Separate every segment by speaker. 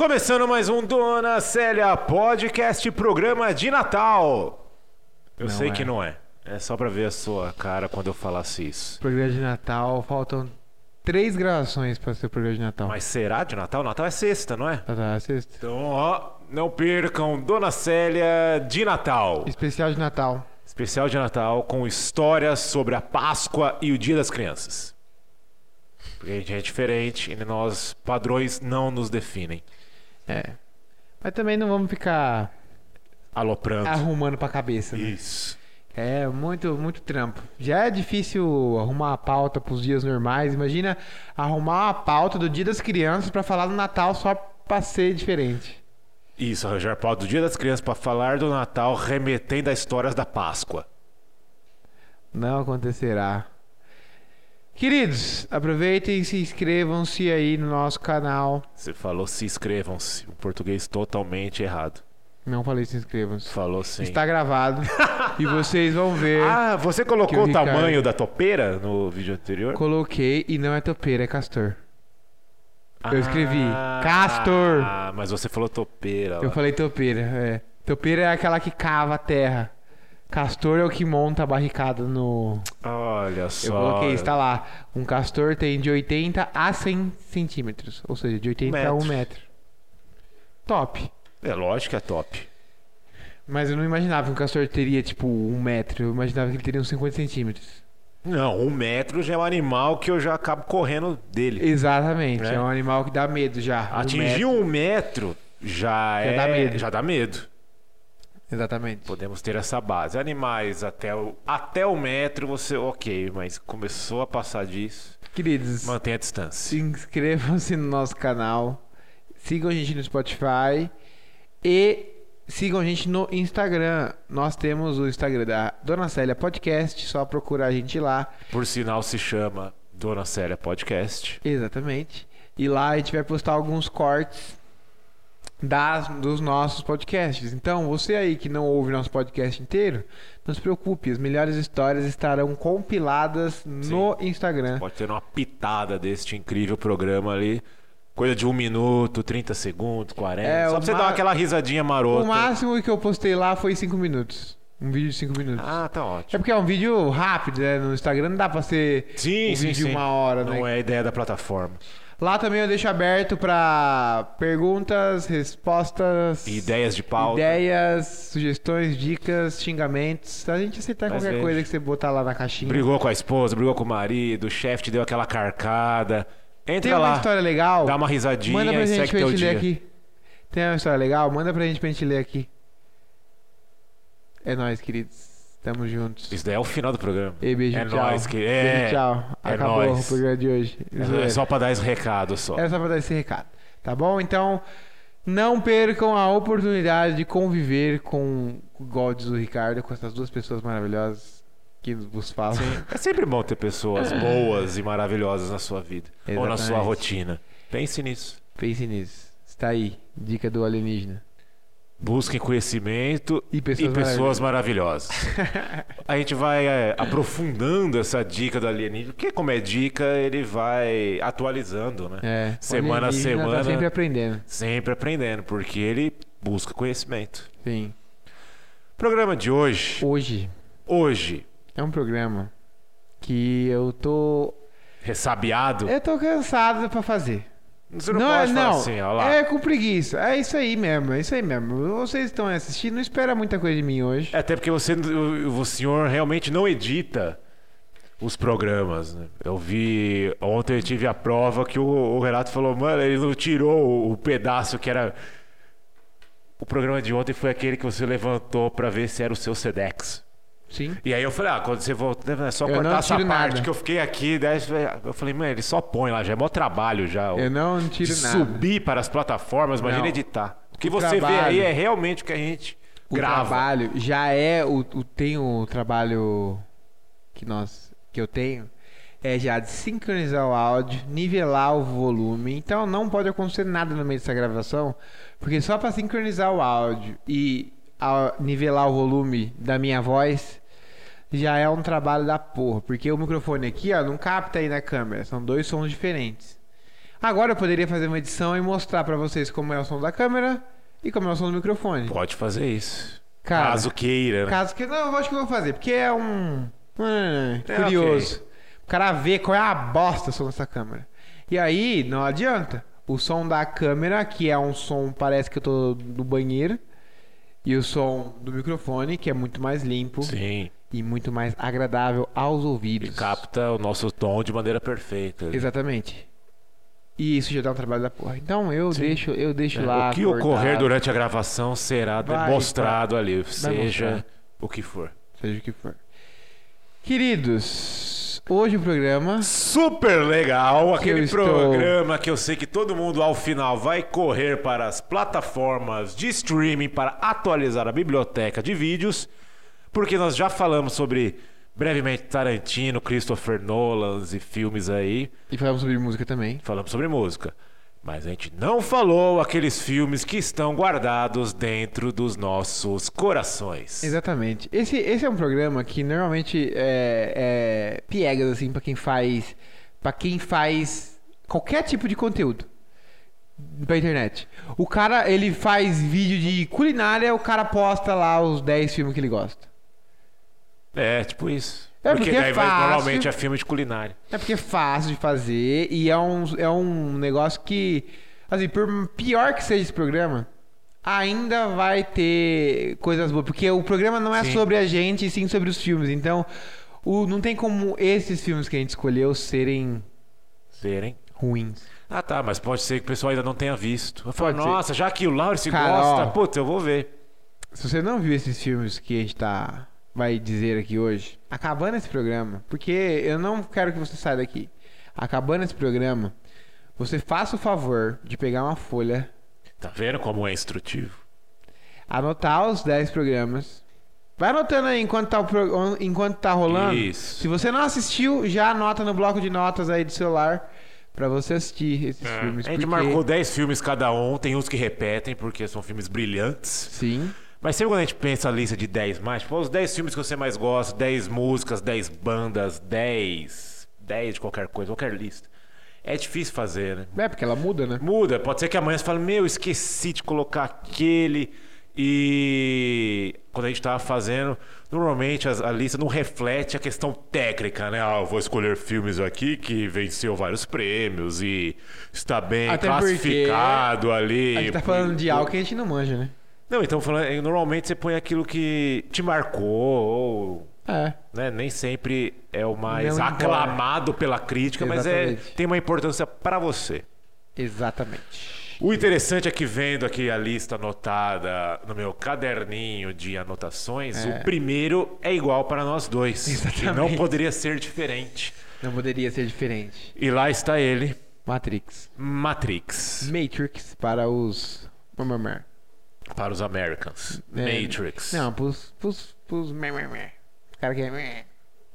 Speaker 1: Começando mais um Dona Célia Podcast, programa de Natal. Eu
Speaker 2: Não
Speaker 1: sei
Speaker 2: é.
Speaker 1: que não é. É só pra ver a sua cara quando eu falasse isso.
Speaker 2: Programa de Natal, faltam três gravações pra ser o programa de Natal.
Speaker 1: Mas será de Natal? Natal é sexta, não é?
Speaker 2: Tá, tá, sexta.
Speaker 1: Então, ó, não percam Dona Célia de Natal.
Speaker 2: Especial de Natal.
Speaker 1: Especial de Natal com histórias sobre a Páscoa e o Dia das Crianças. Porque a gente é diferente e nós, padrões, não nos definem.
Speaker 2: É. Mas também não vamos ficar
Speaker 1: Aloprando.
Speaker 2: arrumando pra cabeça, né?
Speaker 1: Isso.
Speaker 2: É, muito, muito trampo. Já é difícil arrumar a pauta pros dias normais. Imagina arrumar uma pauta do Dia das Crianças pra falar do Natal só pra ser diferente.
Speaker 1: Isso, arranjar pau do Dia das Crianças pra falar do Natal remetendo a histórias da Páscoa.
Speaker 2: Não acontecerá. Queridos, aproveitem e se inscrevam-se aí no nosso canal.
Speaker 1: Você falou se inscrevam-se. O português totalmente errado.
Speaker 2: Não falei se inscrevam-se.
Speaker 1: Falou sim.
Speaker 2: Está gravado. e vocês vão ver.
Speaker 1: Ah, você
Speaker 2: Que o
Speaker 1: colocou o
Speaker 2: Ricardo-
Speaker 1: tamanho da topeira no vídeo anterior?
Speaker 2: Coloquei e não é topeira, é castor.
Speaker 1: Ah,
Speaker 2: Eu escrevi castor.
Speaker 1: Ah, mas você falou topeira.
Speaker 2: Eu
Speaker 1: lá.
Speaker 2: falei topeira, é. Topeira é aquela que cava a terra. Castor é o que monta a barricada no.
Speaker 1: Olha só.
Speaker 2: Eu coloquei, está lá. Um castor tem de 80 a 100 centímetros. Ou seja, de 80 a 1
Speaker 1: Metros.
Speaker 2: metro. Top.
Speaker 1: É lógico que é top.
Speaker 2: Mas eu não imaginava que um castor teria, tipo, um metro. Eu imaginava que ele teria uns 50 centímetros.
Speaker 1: Não, um metro já é um animal que eu já acabo correndo dele.
Speaker 2: Exatamente.
Speaker 1: É.
Speaker 2: É, um animal que dá medo já. Um
Speaker 1: Atingir
Speaker 2: metro.
Speaker 1: um metro já,
Speaker 2: Já
Speaker 1: é.
Speaker 2: dá medo.
Speaker 1: Já dá medo.
Speaker 2: Exatamente.
Speaker 1: Podemos ter essa base. Animais até o, até o metro, você. Ok, mas começou a passar disso.
Speaker 2: Queridos.
Speaker 1: Mantenha a distância.
Speaker 2: Se inscrevam-se no nosso canal. Sigam a gente no Spotify. E sigam a gente no Instagram. Nós temos o Instagram da Dona Célia Podcast. Só procurar a gente lá.
Speaker 1: Por sinal, se chama Dona Célia Podcast.
Speaker 2: Exatamente. E lá a gente vai postar alguns cortes das, dos nossos podcasts. Então, você aí que não ouve nosso podcast inteiro, não se preocupe. As melhores histórias estarão compiladas no Instagram.
Speaker 1: Pode ter uma pitada deste incrível programa ali. Coisa de um minuto, 30 segundos, 40.
Speaker 2: É,
Speaker 1: Só
Speaker 2: o
Speaker 1: pra você
Speaker 2: ma-
Speaker 1: dar aquela risadinha marota.
Speaker 2: O máximo que eu postei lá foi 5 minutos. Um vídeo de 5 minutos.
Speaker 1: Ah, tá ótimo.
Speaker 2: É porque é um vídeo rápido, né? No Instagram não dá pra ser
Speaker 1: Sim,
Speaker 2: um
Speaker 1: sim,
Speaker 2: vídeo de
Speaker 1: sim.
Speaker 2: uma hora, né?
Speaker 1: Não é a ideia da plataforma.
Speaker 2: Lá também eu deixo aberto pra perguntas, respostas,
Speaker 1: Ideias de pauta.
Speaker 2: ideias, sugestões, dicas, xingamentos. A gente aceitar
Speaker 1: Mas é.
Speaker 2: qualquer
Speaker 1: veja.
Speaker 2: coisa que você botar lá na caixinha.
Speaker 1: Brigou com a esposa, brigou com o marido, o chefe te deu aquela carcada. Entra
Speaker 2: Tem uma
Speaker 1: lá,
Speaker 2: história legal?
Speaker 1: dá uma risadinha
Speaker 2: Manda pra
Speaker 1: e
Speaker 2: gente
Speaker 1: segue
Speaker 2: pra
Speaker 1: teu
Speaker 2: gente ler
Speaker 1: dia.
Speaker 2: aqui. Tem uma história legal? Manda pra gente pra gente ler aqui. É nóis, queridos. Tamo juntos.
Speaker 1: Isso daí é o final do programa.
Speaker 2: E beijo,
Speaker 1: é
Speaker 2: tchau.
Speaker 1: nóis, que... É,
Speaker 2: Beijo, tchau.
Speaker 1: é
Speaker 2: Acabou
Speaker 1: nóis.
Speaker 2: o programa de hoje.
Speaker 1: É só pra dar esse recado só.
Speaker 2: Era só pra dar esse recado. Tá bom? Então, não percam a oportunidade de conviver com o Golds do Ricardo, com essas duas pessoas maravilhosas que vos falam.
Speaker 1: É sempre bom ter pessoas boas e maravilhosas na sua vida. Ou na sua
Speaker 2: É. Exatamente.
Speaker 1: rotina. Pense nisso.
Speaker 2: Pense nisso. Está aí. Dica do alienígena.
Speaker 1: Busquem conhecimento
Speaker 2: E pessoas
Speaker 1: e pessoas maravilhosas. A gente vai é, aprofundando essa dica do alienígena, porque como é dica, ele vai atualizando, né?
Speaker 2: É, o
Speaker 1: Semana a
Speaker 2: alienígena
Speaker 1: semana.
Speaker 2: Tá sempre aprendendo.
Speaker 1: Sempre aprendendo, porque ele busca conhecimento.
Speaker 2: Sim.
Speaker 1: Programa de hoje,
Speaker 2: Hoje
Speaker 1: hoje,
Speaker 2: é um programa que eu tô.
Speaker 1: ressabiado,
Speaker 2: Eu tô cansado pra fazer.
Speaker 1: você não, pode falar assim, ó lá.
Speaker 2: É com preguiça. É isso aí mesmo, é isso aí mesmo. Vocês estão assistindo, não espera muita coisa de mim hoje.
Speaker 1: É, Até porque você, o, o senhor realmente não edita os programas, né? Eu vi. Ontem eu tive a prova que o, o Renato falou, mano, ele não tirou o, o pedaço que era. O programa de ontem foi aquele que você levantou pra ver se era o seu Sedex.
Speaker 2: Sim.
Speaker 1: E aí eu falei, ah, quando você voltar, é só
Speaker 2: Eu
Speaker 1: cortar
Speaker 2: não
Speaker 1: essa parte
Speaker 2: tiro nada.
Speaker 1: que eu fiquei aqui. Daí eu falei, mano, ele só põe lá, já é mó trabalho já.
Speaker 2: Eu não
Speaker 1: de
Speaker 2: tiro nada.
Speaker 1: subir para as plataformas, imagina
Speaker 2: Não.
Speaker 1: editar. O que
Speaker 2: O
Speaker 1: você vê
Speaker 2: trabalho-
Speaker 1: aí é realmente o que a gente
Speaker 2: O
Speaker 1: grava.
Speaker 2: trabalho já é o, o- tem o trabalho que nós que eu tenho é já de sincronizar o áudio, nivelar o volume. Então não pode acontecer nada no meio dessa gravação, porque só pra sincronizar o áudio e a- nivelar o volume da minha voz já é um trabalho da porra, porque o microfone aqui, ó, não capta aí na câmera, são dois sons diferentes. Agora eu poderia fazer uma edição e mostrar pra vocês como é o som da câmera e como é o som do microfone.
Speaker 1: Pode fazer isso.
Speaker 2: Cara,
Speaker 1: Caso queira. né?
Speaker 2: Caso que. Não, eu acho que eu vou fazer, porque é um. Hum,
Speaker 1: É,
Speaker 2: curioso. O cara vê qual é a bosta o som dessa câmera. E aí, não adianta. O som da câmera, que é um som, parece que eu tô do banheiro. E o som do microfone, que é muito mais limpo
Speaker 1: Sim.
Speaker 2: e muito mais agradável aos ouvidos.
Speaker 1: E capta o nosso tom de maneira perfeita.
Speaker 2: Exatamente. E isso já dá um trabalho da porra. Então eu
Speaker 1: Sim.
Speaker 2: deixo, eu deixo
Speaker 1: É,
Speaker 2: lá.
Speaker 1: o que
Speaker 2: acordado,
Speaker 1: ocorrer durante a gravação será
Speaker 2: Vai, tá.
Speaker 1: demonstrado ali, seja
Speaker 2: mostrar.
Speaker 1: o que for.
Speaker 2: Seja o que for. Queridos, hoje o programa.
Speaker 1: Super legal
Speaker 2: eu
Speaker 1: aquele
Speaker 2: estou-
Speaker 1: programa que eu sei que todo mundo ao final vai correr para as plataformas de streaming para atualizar a biblioteca de vídeos, porque nós já falamos sobre brevemente Tarantino, Christopher Nolan e filmes aí,
Speaker 2: E falamos sobre música também.
Speaker 1: falamos sobre música. Mas a gente não falou aqueles filmes que estão guardados dentro dos nossos corações.
Speaker 2: Exatamente. Esse, esse é um programa que normalmente é, é piegas, assim, pra quem faz. para quem faz qualquer tipo de conteúdo pra internet. O cara, ele faz vídeo de culinária, o cara posta lá os 10 filmes que ele gosta.
Speaker 1: É, tipo isso.
Speaker 2: É, porque é
Speaker 1: daí vai-
Speaker 2: fácil.
Speaker 1: normalmente é filme de culinária.
Speaker 2: É porque é fácil de fazer e é um, é um negócio que, assim, por pior que seja esse programa, ainda vai ter coisas boas. Porque o programa não é
Speaker 1: Sim.
Speaker 2: sobre a gente, e sim sobre os filmes. Então, o, não tem como esses filmes que a gente escolheu serem
Speaker 1: Serem.
Speaker 2: ruins.
Speaker 1: Ah tá, mas pode ser que o pessoal ainda não tenha visto. Eu falo,
Speaker 2: Pode ser.
Speaker 1: nossa, já que o Lawrence
Speaker 2: Cara,
Speaker 1: gosta,
Speaker 2: ó.
Speaker 1: putz, eu vou ver.
Speaker 2: Se você não viu esses filmes que a gente tá, vai dizer aqui hoje, acabando esse programa, porque eu não quero que você saia daqui. Acabando esse programa, você faça o favor de pegar uma folha
Speaker 1: Tá vendo como é instrutivo?
Speaker 2: anotar os 10 programas. Vai anotando aí enquanto tá, o pro- enquanto tá rolando.
Speaker 1: Isso.
Speaker 2: Se você não assistiu, já anota no bloco de notas aí do celular pra você assistir esses
Speaker 1: É.
Speaker 2: filmes.
Speaker 1: A gente
Speaker 2: porque-
Speaker 1: marcou 10 filmes cada um, tem uns que repetem, porque são filmes brilhantes.
Speaker 2: Sim.
Speaker 1: Mas sempre quando a gente pensa a lista de 10 mais, tipo, os 10 filmes que você mais gosta, 10 músicas, 10 bandas, 10. 10 de qualquer coisa, qualquer lista. É difícil fazer, né?
Speaker 2: É, porque ela muda, né?
Speaker 1: Muda, pode ser que amanhã você fale, meu, esqueci de colocar aquele. E quando a gente tava fazendo, normalmente as- a, lista não reflete a questão técnica, né? Ah, eu vou escolher filmes aqui que venceu vários prêmios e está bem
Speaker 2: Até porque
Speaker 1: classificado ali.
Speaker 2: A gente tá falando de algo que a gente não manja, né?
Speaker 1: Não, então falando, eh, normalmente você põe aquilo que te marcou, ou,
Speaker 2: É.
Speaker 1: né, nem sempre é o mais
Speaker 2: Não importa.
Speaker 1: aclamado pela crítica, mas é,
Speaker 2: Exatamente.
Speaker 1: tem uma importância para você.
Speaker 2: Exatamente.
Speaker 1: O interessante é que vendo aqui a lista anotada no meu caderninho de anotações,
Speaker 2: É.
Speaker 1: o primeiro é igual para nós dois.
Speaker 2: Exatamente.
Speaker 1: E não poderia ser diferente.
Speaker 2: Não poderia ser diferente.
Speaker 1: E lá está ele,
Speaker 2: Matrix.
Speaker 1: Matrix,
Speaker 2: Matrix para os. Mamamar.
Speaker 1: para os Americans.
Speaker 2: É.
Speaker 1: Matrix.
Speaker 2: Não, pros. pros. pros. mamamar. O cara que é.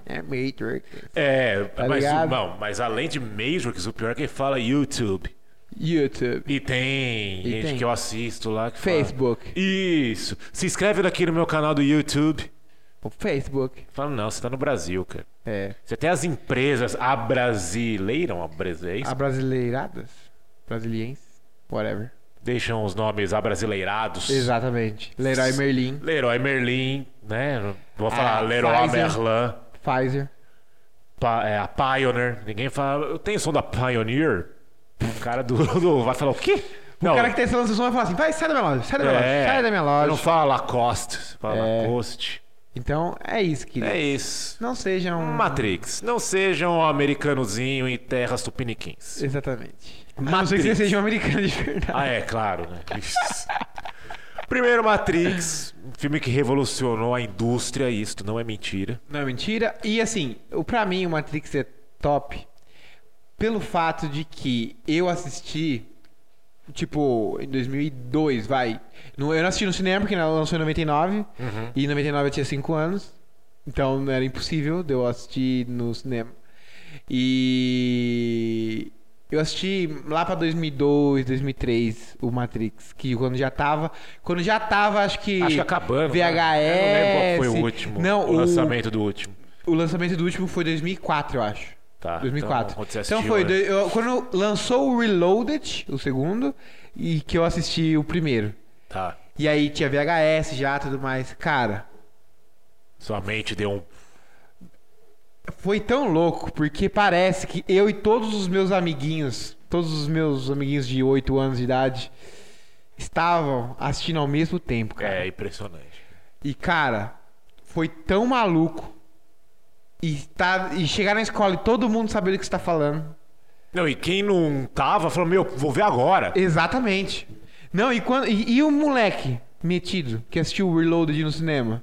Speaker 2: É Matrix.
Speaker 1: É, mas,
Speaker 2: Tá ligado?
Speaker 1: bom, mas além de Matrix, o pior é que fala YouTube.
Speaker 2: YouTube.
Speaker 1: E tem
Speaker 2: E
Speaker 1: gente
Speaker 2: tem.
Speaker 1: que eu assisto lá que fala-
Speaker 2: Facebook.
Speaker 1: Isso. Se inscreve aqui no meu canal do YouTube.
Speaker 2: O Facebook.
Speaker 1: Fala, não, você tá no Brasil, cara.
Speaker 2: É.
Speaker 1: Você até as empresas abrasileiram, é abrasileiras,
Speaker 2: A brasileiradas? Brasilienses? Whatever.
Speaker 1: deixam os nomes abrasileirados.
Speaker 2: Exatamente. Leroy Merlin,
Speaker 1: Leroy Merlin, né? Não Vou falar
Speaker 2: Ah,
Speaker 1: Leroy
Speaker 2: Pfizer.
Speaker 1: Merlin,
Speaker 2: Pfizer.
Speaker 1: Pa- é, a Pioneer. Ninguém fala. Eu tenho som da Pioneer? O cara do. do- vai falar o quê?
Speaker 2: O cara que tá instalando seu som vai falar assim: vai, sai da minha loja, sai da minha
Speaker 1: é,
Speaker 2: loja, sai da minha
Speaker 1: Não
Speaker 2: loja.
Speaker 1: fala Lacoste, você fala
Speaker 2: É.
Speaker 1: Lacoste.
Speaker 2: Então é isso, querido.
Speaker 1: É isso.
Speaker 2: Não seja um.
Speaker 1: Matrix. Não sejam americanozinho em terras tupiniquins.
Speaker 2: Exatamente. A não ser
Speaker 1: Matrix.
Speaker 2: que você seja um americano de verdade.
Speaker 1: Ah, é, claro, né? Isso. Primeiro Matrix, um filme que revolucionou a indústria, e isso não é mentira.
Speaker 2: Não é mentira. E assim, o- pra mim o Matrix é top pelo fato de que eu assisti, tipo, em 2002, vai. No- Eu não assisti no cinema porque ela lançou em 99.
Speaker 1: Uhum.
Speaker 2: E em 99 eu tinha 5 anos. Então não era impossível de eu assistir no cinema. E. Eu assisti lá pra 2002, 2003 o Matrix, que quando já tava, quando já tava, acho que
Speaker 1: Acho que acabando. né?
Speaker 2: VHS.
Speaker 1: Eu não lembro qual foi o último.
Speaker 2: Não,
Speaker 1: o lançamento do último.
Speaker 2: o lançamento do último foi 2004, eu acho.
Speaker 1: Tá, Então,
Speaker 2: 2004.
Speaker 1: quando você
Speaker 2: Então
Speaker 1: assistiu,
Speaker 2: foi
Speaker 1: né?
Speaker 2: do- eu- quando lançou o Reloaded, o segundo, e que eu assisti o primeiro.
Speaker 1: Tá.
Speaker 2: E aí tinha VHS já tudo mais. Cara,
Speaker 1: Sua mente deu um.
Speaker 2: foi tão louco, porque parece que eu e todos os meus amiguinhos, todos os meus amiguinhos de 8 anos de idade, estavam assistindo ao mesmo tempo, cara.
Speaker 1: É impressionante.
Speaker 2: E, cara, foi tão maluco. E, tá, e chegar na escola e todo mundo saber do que você tá falando.
Speaker 1: Não, e quem não tava falou, meu, vou ver agora.
Speaker 2: Exatamente. Não, e quando. E, e o moleque metido que assistiu o Reloaded no cinema?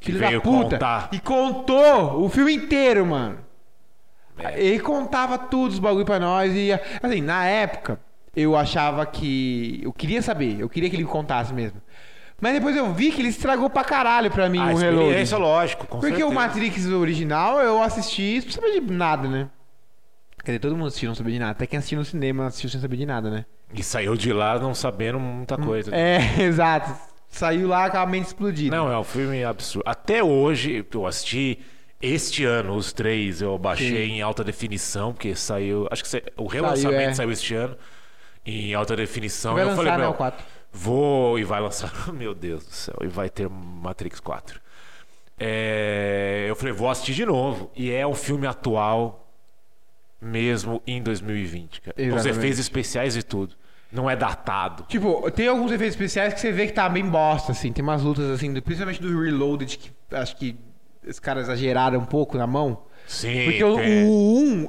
Speaker 2: Filho da
Speaker 1: veio
Speaker 2: puta.
Speaker 1: contar.
Speaker 2: E contou o filme inteiro, mano.
Speaker 1: É.
Speaker 2: Ele contava tudo os bagulho pra nós. E assim, na época, eu achava que. Eu queria saber, eu queria que ele contasse mesmo. Mas depois eu vi que ele estragou pra caralho pra mim
Speaker 1: A
Speaker 2: o Reloaded.
Speaker 1: experiência, lógico, com
Speaker 2: Porque
Speaker 1: certeza.
Speaker 2: o Matrix original eu assisti sem saber de nada, né? Quer dizer, todo mundo assistiu não sabia de nada. Até quem assistiu no cinema assistiu sem saber de nada, né?
Speaker 1: E saiu de lá não sabendo muita coisa. né?
Speaker 2: É, exato. Saiu lá com a mente explodida.
Speaker 1: Não, é um filme absurdo. Até hoje, eu assisti este ano os três, eu baixei
Speaker 2: Sim.
Speaker 1: em alta definição, porque saiu. Acho que sa- o relançamento saiu,
Speaker 2: é.
Speaker 1: este ano em alta definição.
Speaker 2: Vai
Speaker 1: e eu
Speaker 2: lançar,
Speaker 1: falei,
Speaker 2: né,
Speaker 1: meu,
Speaker 2: o 4.
Speaker 1: vou e vai lançar. Meu Deus do céu, e vai ter Matrix 4. É, eu falei, vou assistir de novo. E é um filme atual, mesmo em 2020. Cara. Os
Speaker 2: Exatamente.
Speaker 1: efeitos especiais e tudo. Não é datado.
Speaker 2: Tipo, tem alguns efeitos especiais que você vê que tá bem bosta, assim. Tem umas lutas, assim, do- principalmente do Reloaded, que acho que os caras exageraram um pouco na mão.
Speaker 1: Sim.
Speaker 2: Porque o,
Speaker 1: tem-
Speaker 2: o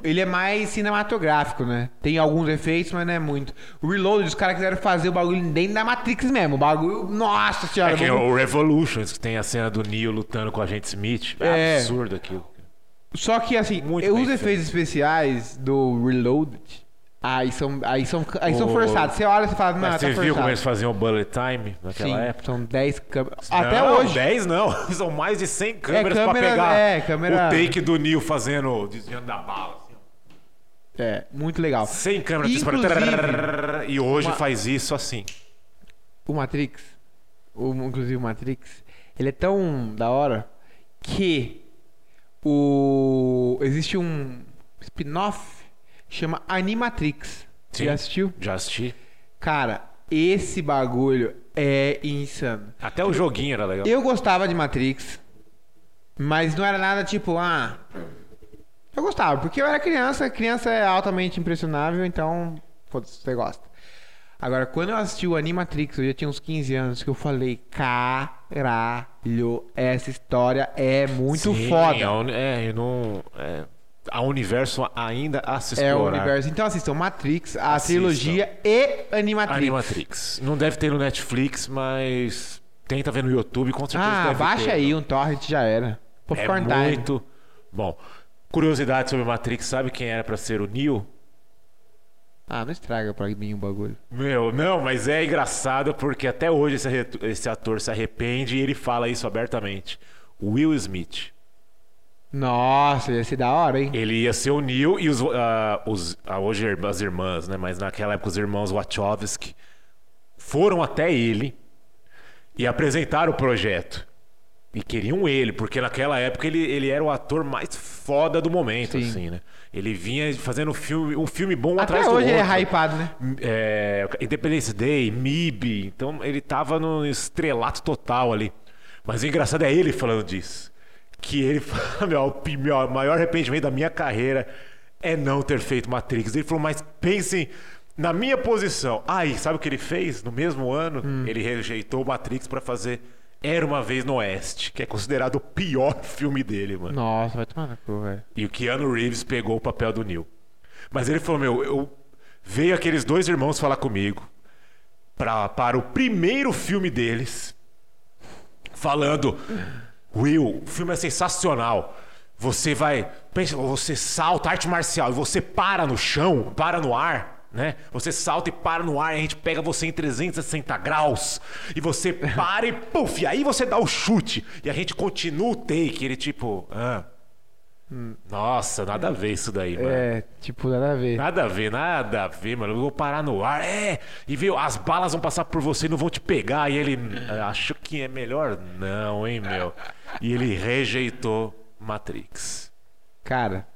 Speaker 2: 1, ele é mais cinematográfico, né? Tem alguns efeitos, mas não é muito. O Reloaded, os caras quiseram fazer o bagulho dentro da Matrix mesmo. O bagulho, nossa senhora.
Speaker 1: É que
Speaker 2: vamos-
Speaker 1: o Revolutions, que tem a cena do Neo lutando com a gente Smith. É,
Speaker 2: É.
Speaker 1: absurdo aquilo.
Speaker 2: Só que, assim,
Speaker 1: Muito
Speaker 2: os
Speaker 1: bem
Speaker 2: efeitos
Speaker 1: feito.
Speaker 2: especiais do Reloaded, aí são, aí são, aí são
Speaker 1: O-
Speaker 2: forçados. Você olha e você fala, não,
Speaker 1: Mas
Speaker 2: tá
Speaker 1: você
Speaker 2: forçado.
Speaker 1: viu como é eles faziam o Bullet Time naquela
Speaker 2: Sim,
Speaker 1: época?
Speaker 2: são 10 câmeras. Até
Speaker 1: Não,
Speaker 2: hoje. É,
Speaker 1: 10 não. São mais de 100 câmeras pra
Speaker 2: câmera-
Speaker 1: pegar
Speaker 2: é, câmera-
Speaker 1: o take do Neo fazendo, desviando da bala. Assim. ó.
Speaker 2: É, muito legal.
Speaker 1: 100 câmeras.
Speaker 2: Inclusive-
Speaker 1: disparando. e hoje
Speaker 2: uma-
Speaker 1: faz isso assim.
Speaker 2: O Matrix, o, inclusive o Matrix, ele é tão da hora que o existe um spin-off chama Animatrix.
Speaker 1: Sim.
Speaker 2: Você já assistiu?
Speaker 1: Já assisti.
Speaker 2: Cara, esse bagulho é insano.
Speaker 1: Até o joguinho era legal.
Speaker 2: Eu gostava de Matrix, mas não era nada tipo, ah. Eu gostava, porque eu era criança, criança é altamente impressionável, então, foda-se, você gosta. Agora, quando eu assisti o Animatrix, eu já tinha uns 15 anos, que eu falei, caralho, essa história é muito
Speaker 1: Sim, É,
Speaker 2: foda.
Speaker 1: um- é, eu não. É, a universo ainda a se
Speaker 2: É o
Speaker 1: explorar.
Speaker 2: universo. Então assistam Matrix, a
Speaker 1: Assistam.
Speaker 2: trilogia e Animatrix.
Speaker 1: Animatrix. Não deve ter no Netflix, mas tenta ver no YouTube, com certeza
Speaker 2: Ah,
Speaker 1: deve
Speaker 2: baixa
Speaker 1: ter.
Speaker 2: aí um torrent já era. Popcorn
Speaker 1: então. É
Speaker 2: Time.
Speaker 1: muito bom. Curiosidade sobre Matrix, sabe quem era pra ser o Neo?
Speaker 2: Ah, não estraga pra mim o bagulho.
Speaker 1: Meu, não, mas é engraçado porque até hoje esse, arre- esse ator se arrepende e ele fala isso abertamente. Will Smith.
Speaker 2: Nossa, ia ser da hora, hein?
Speaker 1: Ele ia ser o Neil e os, ah, os- ah, hoje ir- as irmãs, né? Mas naquela época os irmãos Wachowski foram até ele e apresentaram o projeto. E queriam ele, porque naquela época ele, ele era o ator mais foda do momento,
Speaker 2: Sim.
Speaker 1: assim, né? Ele vinha fazendo filme, um filme bom
Speaker 2: Até
Speaker 1: atrás do
Speaker 2: hoje
Speaker 1: outro.
Speaker 2: ele é hypado, né?
Speaker 1: É, Independence Day, MIB, então ele tava no estrelato total ali. Mas o engraçado é ele falando disso. Que ele fala, meu, o pi- meu, o maior arrependimento da minha carreira é não ter feito Matrix. Ele falou, mas pensem na minha posição. Aí, sabe o que ele fez? No mesmo ano, ele rejeitou Matrix pra fazer Era Uma Vez no Oeste, que é considerado o pior filme dele, mano.
Speaker 2: Nossa, vai tomar no cu, velho.
Speaker 1: E o Keanu Reeves pegou o papel do Neil. Mas ele falou: Meu, eu... veio aqueles dois irmãos falar comigo pra, para o primeiro filme deles, falando: Will, o filme é sensacional. Você vai, pensa, você salta arte marcial e você para no chão, para no ar, né? Você salta e para no ar, e a gente pega você em 360 graus e você para e puf, e aí você dá o chute e a gente continua o take. Ele tipo, ah, nossa, nada a ver isso daí, mano.
Speaker 2: É, tipo, nada a ver.
Speaker 1: Nada a ver, nada a ver, mano. Eu vou parar no ar, é! E viu, as balas vão passar por você e não vão te pegar. E ele "Ah, acho que é melhor não, hein, meu? E ele rejeitou Matrix.
Speaker 2: Cara,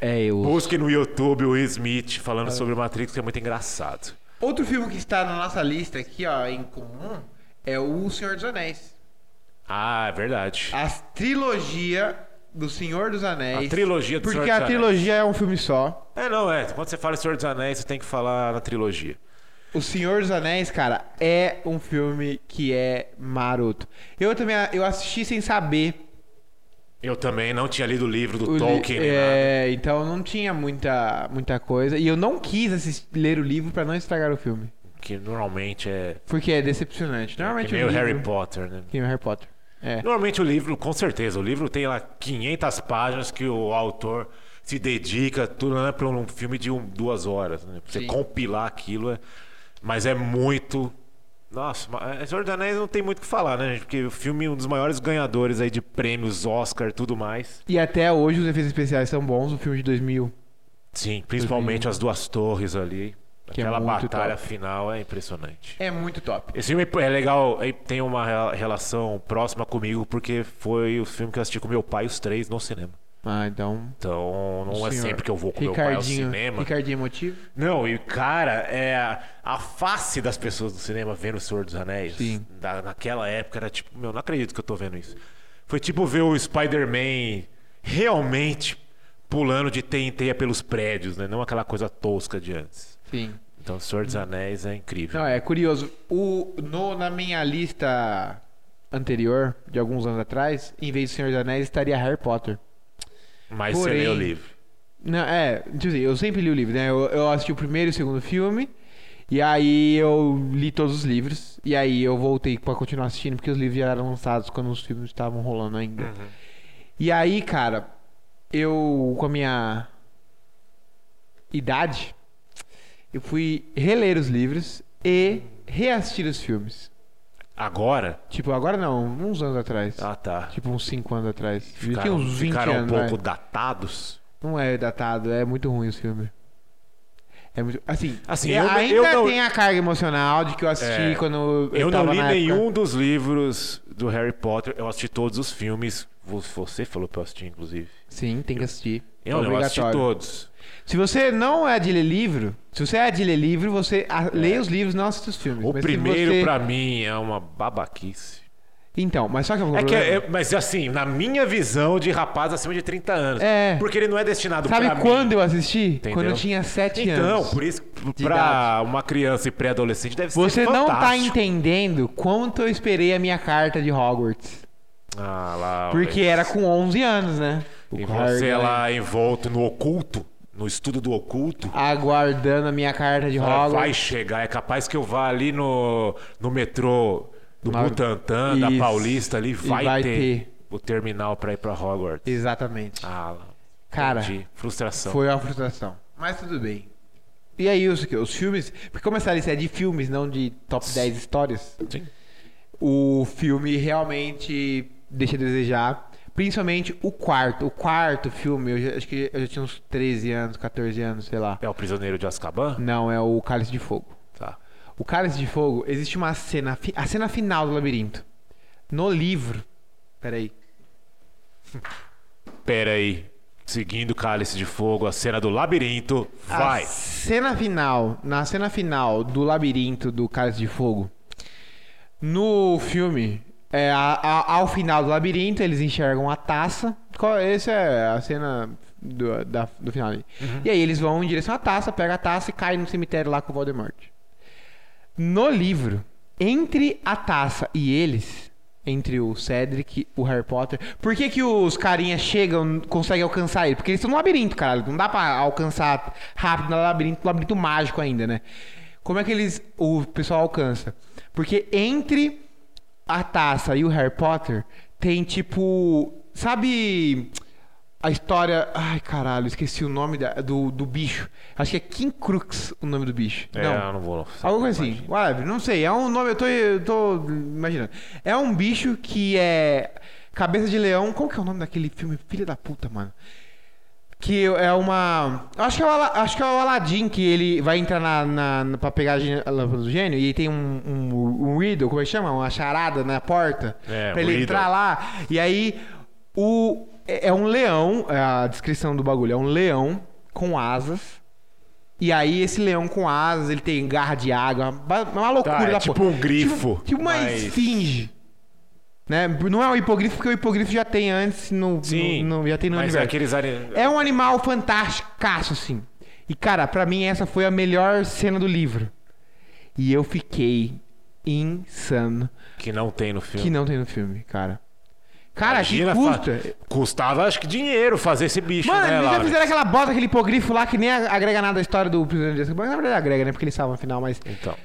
Speaker 3: É, eu.
Speaker 1: Busque no YouTube o Will Smith
Speaker 2: Ah.
Speaker 1: falando sobre o Matrix, que é muito engraçado.
Speaker 2: Outro filme que está na nossa lista aqui, ó, em comum, é O Senhor dos Anéis.
Speaker 1: Ah, é verdade.
Speaker 2: A trilogia do Senhor dos Anéis.
Speaker 1: A trilogia do
Speaker 2: Porque
Speaker 1: Senhor
Speaker 2: a
Speaker 1: dos
Speaker 2: trilogia é um filme só.
Speaker 1: É, não, é. Quando você fala Senhor dos Anéis, você tem que falar na trilogia.
Speaker 2: O Senhor dos Anéis, cara, é um filme que é maroto. Eu também eu assisti sem saber
Speaker 1: Eu também não tinha lido o livro do
Speaker 2: O li-
Speaker 1: Tolkien. nem nada.
Speaker 2: é, então não tinha muita, muita coisa. E eu não quis assistir, ler o livro pra não estragar o filme.
Speaker 1: Que normalmente é.
Speaker 2: Porque é decepcionante. Normalmente
Speaker 1: que meio
Speaker 2: o livro,
Speaker 1: Harry Potter, né?
Speaker 2: Que nem o Harry Potter. É.
Speaker 1: Normalmente o livro, com certeza, o livro tem lá 500 páginas que o autor se dedica, tudo não é para um filme de um, duas horas. Né? Pra você
Speaker 2: Sim.
Speaker 1: compilar aquilo, é... mas é muito. Nossa, mas, é, Senhor dos Anéis não tem muito o que falar, né, gente? Porque o filme é um dos maiores ganhadores aí de prêmios, Oscar tudo mais.
Speaker 2: E até hoje os efeitos especiais são bons. O filme de 2000.
Speaker 1: Sim, principalmente as duas torres ali.
Speaker 2: Que é
Speaker 1: Aquela
Speaker 2: muito
Speaker 1: batalha
Speaker 2: top.
Speaker 1: final é impressionante.
Speaker 2: É muito top.
Speaker 1: Esse filme é legal, é- tem uma rela- relação próxima comigo, porque foi o filme que eu assisti com meu pai, os três, no cinema.
Speaker 2: Ah, então...
Speaker 1: Então, não é
Speaker 2: senhor.
Speaker 1: sempre que eu vou com meu pai ao
Speaker 2: Ricardinho,
Speaker 1: cinema.
Speaker 2: Ricardinho é emotivo?
Speaker 1: Não, e cara, é a, a face das pessoas do cinema vendo O Senhor dos Anéis.
Speaker 2: Sim.
Speaker 1: da- naquela época era tipo, meu, não acredito que eu tô vendo isso. Foi tipo ver o Spider-Man realmente pulando de teia em teia pelos prédios, né? Não aquela coisa tosca de antes.
Speaker 2: Sim.
Speaker 1: Então, O Senhor dos Anéis é incrível.
Speaker 2: Hum. Não, é curioso. O, no, na minha lista anterior, de alguns anos atrás, em vez do Senhor dos Anéis, estaria Harry Potter.
Speaker 1: Mas você leu o
Speaker 2: porém-
Speaker 1: livro.
Speaker 2: Não, é, tipo assim, eu sempre li o livro, né? Eu, eu assisti o primeiro e o segundo filme, e aí eu li todos os livros, e aí eu voltei pra continuar assistindo, porque os livros já eram lançados quando os filmes estavam rolando ainda.
Speaker 1: Uhum.
Speaker 2: E aí, cara, eu, com a minha idade, eu fui reler os livros e reassistir os filmes.
Speaker 1: Agora?
Speaker 2: Tipo, agora não, uns anos atrás.
Speaker 1: Ah, tá.
Speaker 2: Tipo, uns 5 anos atrás.
Speaker 1: Ficaram,
Speaker 2: Tinha uns 20
Speaker 1: ficaram
Speaker 2: anos.
Speaker 1: um pouco
Speaker 2: vai.
Speaker 1: datados.
Speaker 2: Não é datado, é muito ruim esse filme. É muito. Assim,
Speaker 1: Assim,
Speaker 2: é-
Speaker 1: eu não-
Speaker 2: ainda
Speaker 1: eu não-
Speaker 2: tem a carga emocional de que eu assisti
Speaker 1: É,
Speaker 2: quando. Eu,
Speaker 1: Eu, não
Speaker 2: tava
Speaker 1: li
Speaker 2: na época.
Speaker 1: nenhum dos livros do Harry Potter. Eu assisti todos os filmes. Vo- Você falou pra eu assistir, inclusive.
Speaker 2: Sim, tem que assistir.
Speaker 1: Eu, não, eu assisti
Speaker 2: Obrigatório.
Speaker 1: todos.
Speaker 2: Se você não é de ler livro, se você é de ler livro, você a- lê os livros não assiste os filmes.
Speaker 1: É. O
Speaker 2: Mas se
Speaker 1: primeiro,
Speaker 2: você...
Speaker 1: pra mim, é uma babaquice.
Speaker 2: Então, mas só que é o
Speaker 1: É que
Speaker 2: problema.
Speaker 1: é- é- mas assim, na minha visão de rapaz acima de 30 anos.
Speaker 2: É.
Speaker 1: Porque ele não é destinado pra
Speaker 2: Sabe
Speaker 1: mim.
Speaker 2: quando eu assisti? Quando eu
Speaker 1: Entendeu?
Speaker 2: tinha 7
Speaker 1: Então,
Speaker 2: anos.
Speaker 1: por isso, que
Speaker 2: De
Speaker 1: pra
Speaker 2: idade.
Speaker 1: uma criança e pré-adolescente deve ser
Speaker 2: Você não tá
Speaker 1: é fantástico.
Speaker 2: entendendo quanto eu esperei a minha carta de Hogwarts.
Speaker 1: Ah, lá,
Speaker 2: Porque era com 11 anos, né?
Speaker 1: E
Speaker 2: O
Speaker 1: você
Speaker 2: Harry- é
Speaker 1: lá envolto no oculto, no estudo do oculto.
Speaker 2: aguardando a minha carta de
Speaker 1: Ela
Speaker 2: Hogwarts.
Speaker 1: vai chegar, é capaz que eu vá ali no, no metrô do
Speaker 2: Na-
Speaker 1: Butantã, da
Speaker 2: Isso.
Speaker 1: Paulista ali, vai,
Speaker 2: vai
Speaker 1: ter,
Speaker 2: ter.
Speaker 1: o terminal pra ir pra Hogwarts.
Speaker 2: Exatamente.
Speaker 1: Ah, então.
Speaker 2: Cara,
Speaker 1: entendi. frustração.
Speaker 2: foi uma frustração. Mas tudo bem. E aí, os, os filmes... Porque como essa lista é de filmes, não de top 10 histórias,
Speaker 1: Sim.
Speaker 2: o filme realmente deixa a desejar. Principalmente o quarto. O quarto filme, eu já- acho que eu já tinha uns 13 anos, 14 anos, sei lá.
Speaker 1: É o prisioneiro de Azkaban?
Speaker 2: Não, é o Cálice de Fogo.
Speaker 1: Tá.
Speaker 2: O Cálice de Fogo, existe uma cena, fi- a cena final do labirinto. No livro. Peraí.
Speaker 1: Pera aí. Seguindo o Cálice de Fogo, a cena do labirinto. Vai.
Speaker 2: A cena final, na cena final do labirinto do Cálice de Fogo, no filme, é, a- a- ao final do labirinto, eles enxergam a taça. Qual- Essa é a cena do, da- do final ali. E aí eles vão em direção à taça, pegam a taça e caem no cemitério lá com o Voldemort. No livro, entre a taça e eles, entre o Cedric, o Harry Potter, por que, que os carinhas chegam, conseguem alcançar ele? Porque eles estão no labirinto, caralho. Não dá pra alcançar rápido no labirinto, labirinto mágico ainda, né? Como é que eles. O pessoal alcança? Porque entre a taça e o Harry Potter tem tipo. Sabe. A história. Ai, caralho, esqueci o nome da- do, do bicho. Acho que é King Crux o nome do bicho.
Speaker 1: É,
Speaker 2: não.
Speaker 1: eu não vou.
Speaker 2: Algo assim, whatever, não sei, é um nome, eu tô, eu tô imaginando. É um bicho que é Cabeça de Leão, qual que é o nome daquele filme? Filha da puta, mano. Que é uma... eu Acho que é o, Ala- acho que é o Aladdin que ele vai entrar na, na, na- pra pegar a gen- a lâmpada do gênio e aí tem um, um, um riddle, como é que chama? Uma charada na porta
Speaker 1: É,
Speaker 2: pra
Speaker 1: um
Speaker 2: ele
Speaker 1: riddle.
Speaker 2: entrar lá. E aí o, É, é um leão, é a descrição do bagulho, é um leão com asas. E aí esse leão com asas, ele tem garra de água, uma, uma loucura
Speaker 1: Tá, é
Speaker 2: da
Speaker 1: tipo
Speaker 2: porra.
Speaker 1: um grifo,
Speaker 2: Tipo, tipo uma
Speaker 1: mas-
Speaker 2: esfinge. Né? Não é um hipogrifo, porque o hipogrifo já tem antes no,
Speaker 1: Sim.
Speaker 2: no- no- já tem no
Speaker 1: mas é
Speaker 2: universo.
Speaker 1: aqueles ali...
Speaker 2: É um animal fantástico, assim. E, cara, pra mim essa foi a melhor cena do livro. E eu fiquei insano
Speaker 1: que não tem no filme.
Speaker 2: que não tem no filme, cara. Cara,
Speaker 1: Imagina,
Speaker 2: que
Speaker 1: fa-
Speaker 2: custa.
Speaker 1: Custava, acho que, dinheiro fazer esse bicho,
Speaker 2: Mano,
Speaker 1: né,
Speaker 2: eles já
Speaker 1: Laura?
Speaker 2: fizeram aquela bosta, aquele hipogrifo lá que nem a- agrega nada à história do Prisioneiro de Azkaban. Na verdade agrega, né? Porque ele salva no final, mas...
Speaker 1: Então,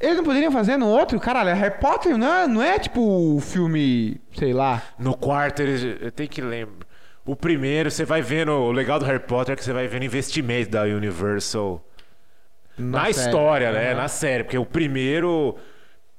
Speaker 2: Eles não poderiam fazer no outro? Caralho, é Harry Potter não é, não é tipo o filme, sei lá...
Speaker 1: no quarto, eles... eu tenho que lembrar. O primeiro, você vai vendo... O legal do Harry Potter é que você vai vendo investimento da Universal... na
Speaker 2: série.
Speaker 1: história, né?
Speaker 2: Aham.
Speaker 1: Na série. Porque o primeiro...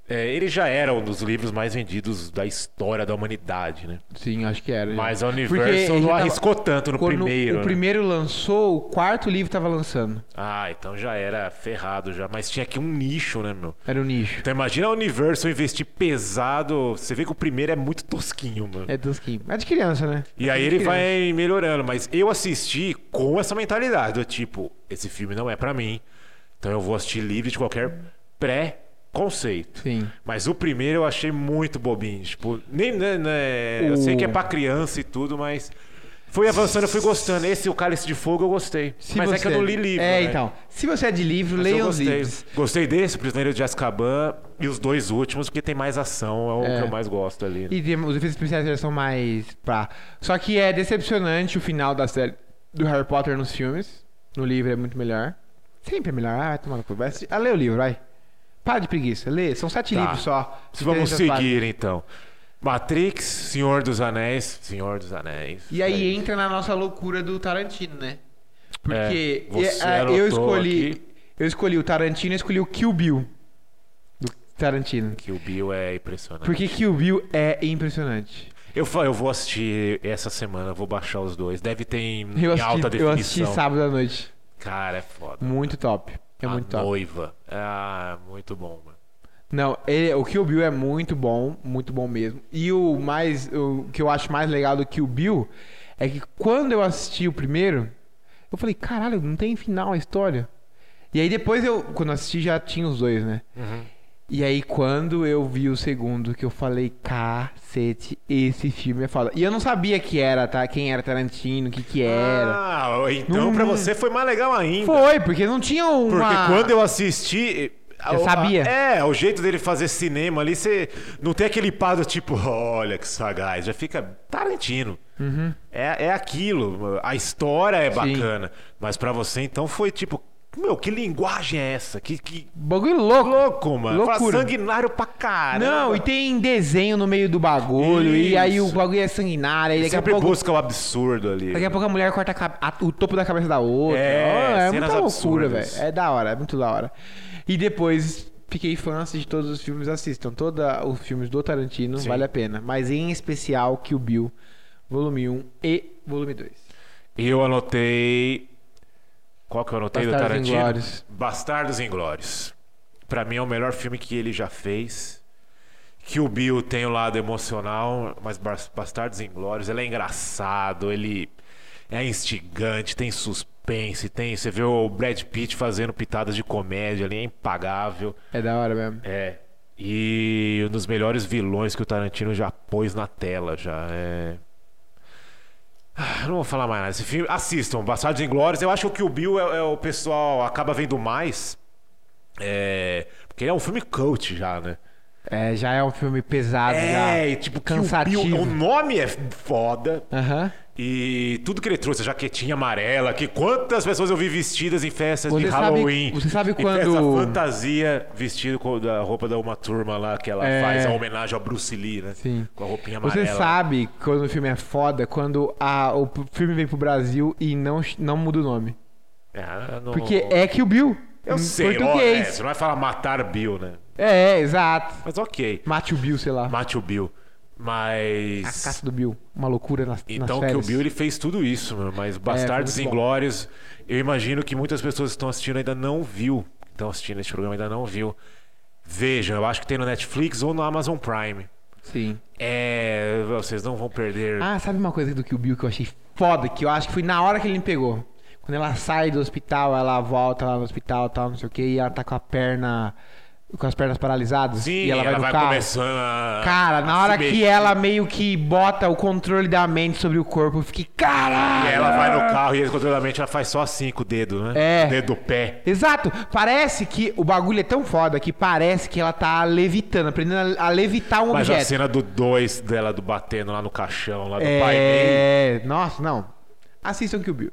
Speaker 1: é, ele já era um dos livros mais vendidos da história da humanidade, né?
Speaker 2: Sim, acho que era.
Speaker 1: Mas a
Speaker 2: Porque
Speaker 1: Universal
Speaker 2: ele
Speaker 1: não
Speaker 2: tava-
Speaker 1: arriscou tanto no
Speaker 2: Quando
Speaker 1: primeiro.
Speaker 2: o
Speaker 1: né?
Speaker 2: primeiro lançou, o quarto livro tava lançando.
Speaker 1: Ah, então já era ferrado já. Mas tinha aqui um nicho, né, meu?
Speaker 2: Era o nicho.
Speaker 1: Então imagina a Universal investir pesado. Você vê que o primeiro é muito tosquinho, mano.
Speaker 2: É dos que. É de criança, né?
Speaker 1: E aí ele vai melhorando, mas eu assisti com essa mentalidade do tipo, esse filme não é pra mim, então eu vou assistir livre de qualquer pré-conceito.
Speaker 2: Sim.
Speaker 1: Mas o primeiro eu achei muito bobinho, tipo, nem, né, né, eu
Speaker 2: O-
Speaker 1: sei que é pra criança e tudo, mas fui avançando, fui gostando. Esse o Cálice de Fogo eu gostei,
Speaker 2: Se
Speaker 1: mas é
Speaker 2: você-
Speaker 1: que eu não li livro.
Speaker 2: É,
Speaker 1: né?
Speaker 2: então. Se você é de livro,
Speaker 1: Mas
Speaker 2: leia
Speaker 1: eu
Speaker 2: os
Speaker 1: gostei.
Speaker 2: livros.
Speaker 1: Gostei desse, Prisioneiro de Azkaban, e os dois últimos, porque tem mais ação, é o
Speaker 2: É.
Speaker 1: que eu mais gosto ali. né?
Speaker 2: E tem- os efeitos especiais já são mais pá. Só que é decepcionante o final da série do Harry Potter nos filmes. No livro é muito melhor. Sempre é melhor. Ah, vai tomar no cu. Vai assistir- Ah, lê o livro, vai. Para de preguiça. Lê. São sete
Speaker 1: Tá.
Speaker 2: livros só.
Speaker 1: Vamos
Speaker 2: Três páginas.
Speaker 1: seguir então. Matrix, Senhor dos Anéis, Senhor dos Anéis.
Speaker 2: E
Speaker 1: É
Speaker 2: aí
Speaker 1: isso.
Speaker 2: entra na nossa loucura do Tarantino, né? Porque
Speaker 1: É, você
Speaker 2: eh, ah,
Speaker 1: anotou
Speaker 2: eu escolhi.
Speaker 1: aqui.
Speaker 2: Eu escolhi o Tarantino e escolhi o Kill Bill. Do Tarantino.
Speaker 1: que o Bill é impressionante.
Speaker 2: Porque Kill Bill é impressionante.
Speaker 1: Eu fa- eu vou assistir essa semana, vou baixar os dois. Deve ter em, em
Speaker 2: Eu
Speaker 1: alta
Speaker 2: assisti, eu assisti
Speaker 1: definição.
Speaker 2: sábado à noite.
Speaker 1: Cara, é foda.
Speaker 2: Muito top. É
Speaker 1: A
Speaker 2: muito top.
Speaker 1: noiva. Ah, muito bom, mano.
Speaker 2: Não, ele- o Kill Bill é muito bom, muito bom mesmo. E o mais, o que eu acho mais legal do Kill Bill é que quando eu assisti o primeiro, eu falei, caralho, não tem final a história. E aí depois eu, quando eu assisti já tinha os dois, né?
Speaker 1: Uhum.
Speaker 2: E aí quando eu vi o segundo, que eu falei, cacete, esse filme é foda. E eu não sabia que era, tá? Quem era Tarantino, o que que era.
Speaker 1: Ah, então
Speaker 2: Não-
Speaker 1: pra você foi mais legal ainda.
Speaker 2: Foi, porque não tinha uma...
Speaker 1: Porque quando eu assisti. a-
Speaker 2: Eu
Speaker 1: a-
Speaker 2: sabia.
Speaker 1: é, o jeito dele fazer cinema ali, você não tem aquele pado tipo, olha que sagaz, já fica Tarantino.
Speaker 2: Uhum.
Speaker 1: É, é aquilo, a história é bacana. Mas pra você então foi tipo, meu, que linguagem é essa? Que, que
Speaker 2: Bagulho louco.
Speaker 1: louco, mano. Fala
Speaker 2: Loucura.
Speaker 1: sanguinário pra caralho.
Speaker 2: Não, e tem desenho no meio do bagulho, e aí o
Speaker 1: Isso.
Speaker 2: bagulho é sanguinário, e daqui a,
Speaker 1: Sempre
Speaker 2: pouco,
Speaker 1: busca o absurdo ali.
Speaker 2: daqui a pouco a mulher corta a ca- a- o topo da cabeça da outra.
Speaker 1: É,
Speaker 2: Ó, é
Speaker 1: cenas
Speaker 2: muita loucura, velho.
Speaker 1: absurdas.
Speaker 2: É da hora, é muito da hora. E depois fiquei fã de todos os filmes, assistam. Todos os filmes do Tarantino,
Speaker 1: Sim.
Speaker 2: vale a pena. Mas em especial Kill Bill, volume 1 e volume 2.
Speaker 1: E eu anotei. Qual que eu anotei
Speaker 2: Bastardos
Speaker 1: do Tarantino?
Speaker 2: Inglórios.
Speaker 1: Bastardos Inglórios. Pra mim é o melhor filme que ele já fez. Que o Bill tem o lado emocional, mas Bas- Bastardos Inglórios, ele é engraçado, ele é instigante, tem suspense, tem. Você vê o Brad Pitt fazendo pitadas de comédia ali, é impagável.
Speaker 2: É da hora mesmo.
Speaker 1: É. E um dos melhores vilões que o Tarantino já pôs na tela, já. É. Ah, Não vou falar mais nada desse filme. Assistam, Bastardos Inglórios. Eu acho que o Bill é, é o pessoal acaba vendo mais. É. Porque ele é um filme cult já, né?
Speaker 2: É, já é um filme pesado,
Speaker 1: É, e tipo, Kill Bill-
Speaker 2: cansativo.
Speaker 1: o nome é foda.
Speaker 2: já. Aham.
Speaker 1: E tudo que ele trouxe, a jaquetinha amarela, que quantas pessoas eu vi vestidas em festas
Speaker 2: Você
Speaker 1: de
Speaker 2: sabe-
Speaker 1: Halloween.
Speaker 2: você sabe
Speaker 1: em
Speaker 2: quando-
Speaker 1: festa fantasia, vestido com a roupa da uma turma lá, que ela
Speaker 2: É.
Speaker 1: faz a homenagem ao Bruce Lee, né?
Speaker 2: Sim.
Speaker 1: Com a roupinha amarela.
Speaker 2: Você sabe quando o filme é foda quando a- o p- filme vem pro Brasil e não, ch- não muda o nome.
Speaker 1: Ah, não-
Speaker 2: Porque é que o Bill.
Speaker 1: Eu
Speaker 2: em
Speaker 1: sei, ó, é,
Speaker 2: português.
Speaker 1: você não vai falar matar Bill, né?
Speaker 2: é, é, exato.
Speaker 1: Mas ok,
Speaker 2: Mate o Bill, sei lá.
Speaker 1: mate o Bill.
Speaker 2: A
Speaker 1: Mas.
Speaker 2: caça do Bill. Uma loucura nas,
Speaker 1: Então,
Speaker 2: nas
Speaker 1: que o
Speaker 2: férias.
Speaker 1: Bill ele fez tudo isso, meu, mas Bastardos
Speaker 2: foi muito bom.
Speaker 1: Inglórios, eu imagino que muitas pessoas que estão assistindo ainda não viu, que estão assistindo esse programa ainda não viu. Vejam, eu acho que tem no Netflix ou no Amazon Prime.
Speaker 2: Sim.
Speaker 1: É. Vocês não vão perder.
Speaker 2: Ah, sabe uma coisa do Kill Bill que eu achei foda? Que eu acho que foi na hora que ele me pegou. Quando ela sai do hospital, ela volta lá no hospital tal, não sei o que, e ela tá com a perna. Com as pernas paralisadas.
Speaker 1: Sim,
Speaker 2: e ela, vai, no carro.
Speaker 1: começando a.
Speaker 2: Cara,
Speaker 1: Ah, a
Speaker 2: na hora
Speaker 1: se
Speaker 2: que
Speaker 1: mexer.
Speaker 2: ela meio que bota o controle da mente sobre o corpo, eu fiquei,
Speaker 1: E
Speaker 2: caralho!
Speaker 1: ela vai no carro e ele, controladamente ela faz só assim com o dedo, né?
Speaker 2: É.
Speaker 1: Dedo do pé.
Speaker 2: Exato, parece que o bagulho é tão foda que parece que ela tá levitando, aprendendo a a levitar um
Speaker 1: Mas a
Speaker 2: objeto.
Speaker 1: cena do 2 dela do batendo lá no caixão, lá do painel.
Speaker 2: É, nossa, não. Assistam Kill Bill,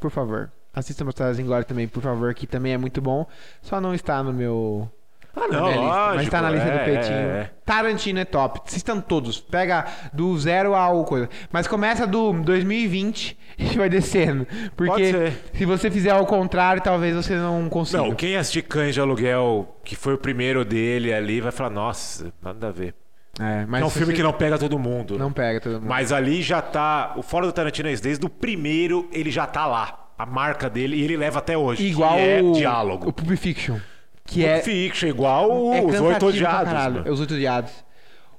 Speaker 2: por favor. Assistam Bastardos Inglórios também, por favor, que também é muito bom. Só não está no meu...
Speaker 1: Ah,
Speaker 2: na
Speaker 1: não,
Speaker 2: minha lista,
Speaker 1: lógico,
Speaker 2: mas tá na lista
Speaker 1: é,
Speaker 2: do peitinho.
Speaker 1: é, é.
Speaker 2: Tarantino é top. Assistam todos. Pega do zero ao coisa. Mas começa do 2020 e vai descendo.
Speaker 1: Pode
Speaker 2: Porque
Speaker 1: ser.
Speaker 2: se você fizer ao contrário, talvez você não consiga.
Speaker 1: Não, quem assistir Cães de Aluguel, que foi o primeiro dele ali, vai falar, nossa, nada a ver.
Speaker 2: É, mas
Speaker 1: é um
Speaker 2: se
Speaker 1: filme
Speaker 2: você-
Speaker 1: que não pega todo mundo. né?
Speaker 2: Não pega todo mundo.
Speaker 1: Mas ali já tá. O Fora do Tarantino, desde o primeiro, ele já tá lá. A marca dele, e ele leva até hoje.
Speaker 2: Igual
Speaker 1: que é
Speaker 2: o...
Speaker 1: diálogo.
Speaker 2: o Pulp Fiction. Que
Speaker 1: Pulp
Speaker 2: é...
Speaker 1: Fiction, igual
Speaker 2: é
Speaker 1: os
Speaker 2: cansativo
Speaker 1: Oito
Speaker 2: pra
Speaker 1: Odiados.
Speaker 2: caralho.
Speaker 1: mano.
Speaker 2: É Os Oito Odiados.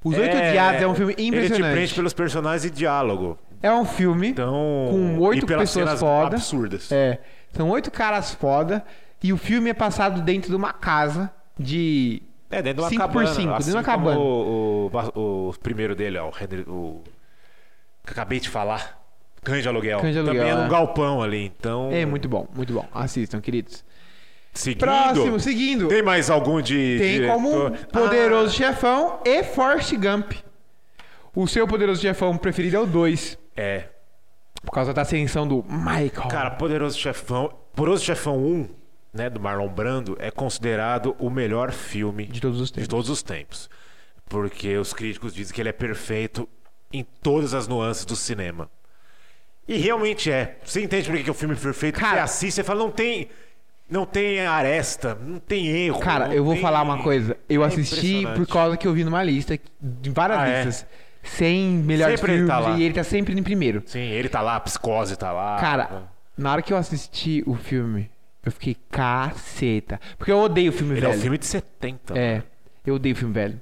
Speaker 2: Os Oito Odiados é um filme
Speaker 1: Ele te
Speaker 2: impressionante.
Speaker 1: prende pelos personagens e diálogo.
Speaker 2: É um filme...
Speaker 1: Então,
Speaker 2: Com oito
Speaker 1: e pelas
Speaker 2: pessoas
Speaker 1: cenas
Speaker 2: foda.
Speaker 1: absurdas.
Speaker 2: É. São oito caras foda e o filme é passado dentro de uma casa de.
Speaker 1: É, dentro de uma
Speaker 2: Cinco por
Speaker 1: cabana.
Speaker 2: cinco, dentro de uma
Speaker 1: assim como
Speaker 2: cabana.
Speaker 1: O, o- o primeiro dele, ó, o Henry, o que eu acabei de falar, Cães de Aluguel.
Speaker 2: Cães de
Speaker 1: Também
Speaker 2: Aluguel,
Speaker 1: é num
Speaker 2: é.
Speaker 1: galpão ali, então...
Speaker 2: É muito bom, muito bom. Assistam, queridos.
Speaker 1: Seguindo...
Speaker 2: Próximo, seguindo.
Speaker 1: Tem mais algum de
Speaker 2: Tem
Speaker 1: diretor? Ah.
Speaker 2: como um Poderoso Chefão e Forrest Gump. O seu Poderoso Chefão preferido é o 2,
Speaker 1: Ah, é.
Speaker 2: por causa da ascensão do Michael.
Speaker 1: Cara, Poderoso Chefão... Poderoso Chefão 1, né, do Marlon Brando, é considerado o melhor filme
Speaker 2: de todos os
Speaker 1: de
Speaker 2: tempos.
Speaker 1: todos os tempos. Porque os críticos dizem que ele é perfeito em todas as nuances do cinema. E realmente é. Você entende por que que é o filme perfeito?
Speaker 2: Cara-
Speaker 1: você assiste e fala, não tem. Não tem aresta, não tem erro.
Speaker 2: Cara,
Speaker 1: não
Speaker 2: eu vou
Speaker 1: tem-
Speaker 2: falar uma coisa. Eu
Speaker 1: É
Speaker 2: assisti
Speaker 1: impressionante.
Speaker 2: por causa que eu vi numa lista, de várias
Speaker 1: Ah, é?
Speaker 2: listas. 100 melhores
Speaker 1: Sempre ele
Speaker 2: filmes
Speaker 1: tá lá.
Speaker 2: e ele tá sempre em primeiro.
Speaker 1: Sim, ele tá lá, a psicose tá lá.
Speaker 2: Cara, na hora que eu assisti o filme, eu fiquei caceta. Porque eu odeio filme
Speaker 1: Ele
Speaker 2: velho.
Speaker 1: é um filme de 70.
Speaker 2: É, eu odeio filme velho.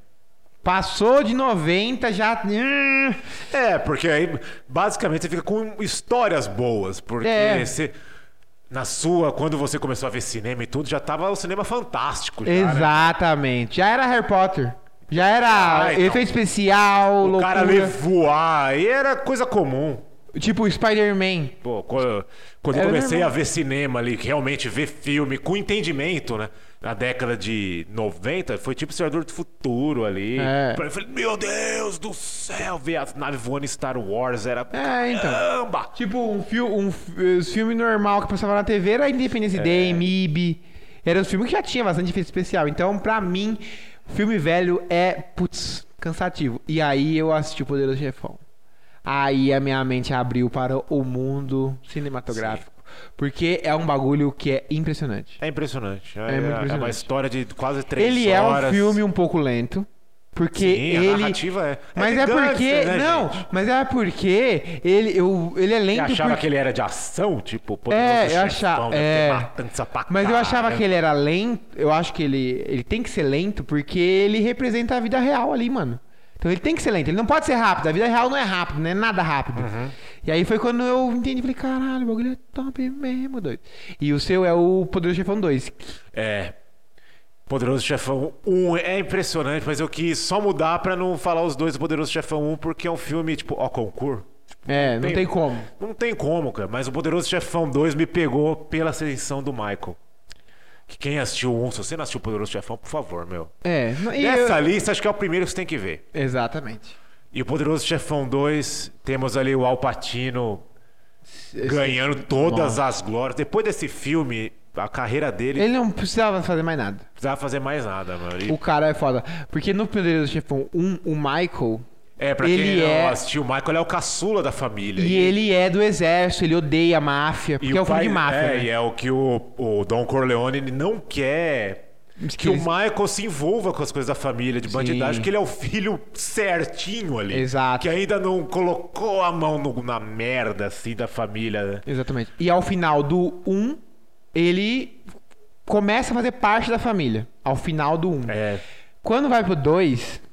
Speaker 2: Passou de 90, já. Hum,
Speaker 1: É, porque aí basicamente você fica com histórias boas, porque
Speaker 2: É.
Speaker 1: você- na sua, quando você começou a ver cinema e tudo, já tava o cinema fantástico. Já, né?
Speaker 2: Exatamente. Já era Harry Potter. Já era
Speaker 1: Ah, então.
Speaker 2: efeito especial,
Speaker 1: O
Speaker 2: loucura.
Speaker 1: cara ali voar, aí era coisa comum.
Speaker 2: Tipo Spider-Man.
Speaker 1: Pô, quando, quando eu
Speaker 2: Era
Speaker 1: comecei
Speaker 2: normal.
Speaker 1: a ver cinema ali, que realmente ver filme com entendimento, né? Na década de 90, foi tipo Senhor do Futuro ali.
Speaker 2: É.
Speaker 1: Eu falei, meu Deus do céu, ver as naves voando em Star Wars era.
Speaker 2: É, então.
Speaker 1: Caramba!
Speaker 2: Tipo um, fi um fi- os filme normal que passava na TV era
Speaker 1: É.
Speaker 2: Independence Day, MIB. Era os filmes que já tinha bastante efeito especial. Então, pra mim, filme velho é, putz, cansativo. E aí eu assisti o Poderoso Chefão. Aí a minha mente abriu para o mundo cinematográfico. Porque é um bagulho que é impressionante.
Speaker 1: É impressionante. É,
Speaker 2: muito impressionante.
Speaker 1: uma história de quase três
Speaker 2: Ele é
Speaker 1: horas.
Speaker 2: um filme um pouco lento. Porque
Speaker 1: Sim, a
Speaker 2: ele.
Speaker 1: narrativa é.
Speaker 2: Mas
Speaker 1: de
Speaker 2: é
Speaker 1: gangster,
Speaker 2: porque.
Speaker 1: né,
Speaker 2: não,
Speaker 1: gente?
Speaker 2: mas é porque ele, eu, ele é
Speaker 1: Você
Speaker 2: lento.
Speaker 1: achava
Speaker 2: porque-
Speaker 1: que ele era de ação, tipo,
Speaker 2: É,
Speaker 1: poderoso
Speaker 2: eu
Speaker 1: chefão,
Speaker 2: achava-
Speaker 1: deve ter
Speaker 2: é.
Speaker 1: matança pra
Speaker 2: Mas eu achava
Speaker 1: caramba.
Speaker 2: que ele era lento. Eu acho que ele, ele tem que ser lento porque ele representa a vida real ali, mano. Então ele tem que ser lento. Ele não pode ser rápido. A vida real não é rápido, não é nada rápido.
Speaker 1: Uhum.
Speaker 2: E aí foi quando eu entendi. Falei, caralho, o bagulho é top mesmo, doido. E o seu é o Poderoso Chefão 2.
Speaker 1: É. Poderoso Chefão 1 é impressionante, mas eu quis só mudar pra não falar os dois do Poderoso Chefão 1, porque é um filme, tipo, ó, concurso.
Speaker 2: É, não
Speaker 1: tem-
Speaker 2: tem, como.
Speaker 1: Não tem como, cara. Mas o Poderoso Chefão 2 me pegou pela ascensão do Michael. Que quem assistiu o 1, se você não assistiu o Poderoso Chefão, por favor, meu.
Speaker 2: É, não- e eu-
Speaker 1: Dessa lista, acho que é o primeiro que você tem que ver.
Speaker 2: Exatamente.
Speaker 1: E o Poderoso Chefão 2, temos ali o Alpatino ganhando todas as glórias. Depois desse filme, a carreira dele
Speaker 2: Ele não precisava fazer mais nada.
Speaker 1: não precisava fazer mais nada, mano. E-
Speaker 2: O cara é foda. Porque no Poderoso Chefão 1, o Michael,
Speaker 1: É, pra
Speaker 2: Ele
Speaker 1: quem
Speaker 2: é-
Speaker 1: não assistiu, o Michael é o caçula da família.
Speaker 2: E ele é do exército, ele odeia a máfia, porque é um filme de máfia.
Speaker 1: É,
Speaker 2: né?
Speaker 1: e é o que o, o Don Corleone ele não quer que o
Speaker 2: Eles-
Speaker 1: Michael se envolva com as coisas da família de bandidagem, porque ele é o filho certinho ali.
Speaker 2: Exato.
Speaker 1: Que ainda não colocou a mão no- na merda, assim, da família. né?
Speaker 2: Exatamente. E ao final do 1, ele começa a fazer parte da família. Ao final do 1.
Speaker 1: É.
Speaker 2: Quando vai pro 2,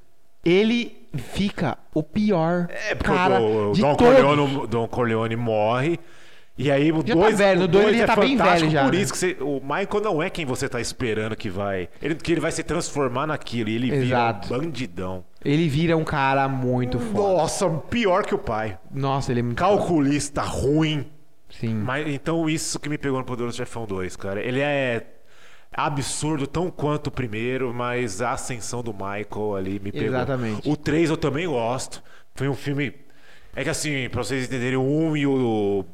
Speaker 2: Ele fica o pior
Speaker 1: É porque
Speaker 2: cara
Speaker 1: o, o
Speaker 2: de
Speaker 1: Don,
Speaker 2: todos.
Speaker 1: Corleone, é um- o Don Corleone morre. E aí o
Speaker 2: Já tá
Speaker 1: dois,
Speaker 2: velho,
Speaker 1: o
Speaker 2: no dois ele
Speaker 1: é
Speaker 2: já tá bem
Speaker 1: fantástico
Speaker 2: velho já,
Speaker 1: Por
Speaker 2: né?
Speaker 1: isso que você- o Michael não é quem você tá esperando que vai. Ele, que ele vai se transformar naquilo. E ele
Speaker 2: Exato.
Speaker 1: vira um bandidão.
Speaker 2: Ele vira um cara muito foda.
Speaker 1: Nossa, pior que o pai.
Speaker 2: Nossa, ele é muito foda.
Speaker 1: Calculista ruim.
Speaker 2: Sim.
Speaker 1: Mas então isso que me pegou no Poderoso Chefão 2, cara. Ele é absurdo tão quanto o primeiro, mas a ascensão do Michael ali me pegou.
Speaker 2: Exatamente.
Speaker 1: O 3 eu também gosto. Foi um filme é que assim, pra vocês entenderem, o 1 e o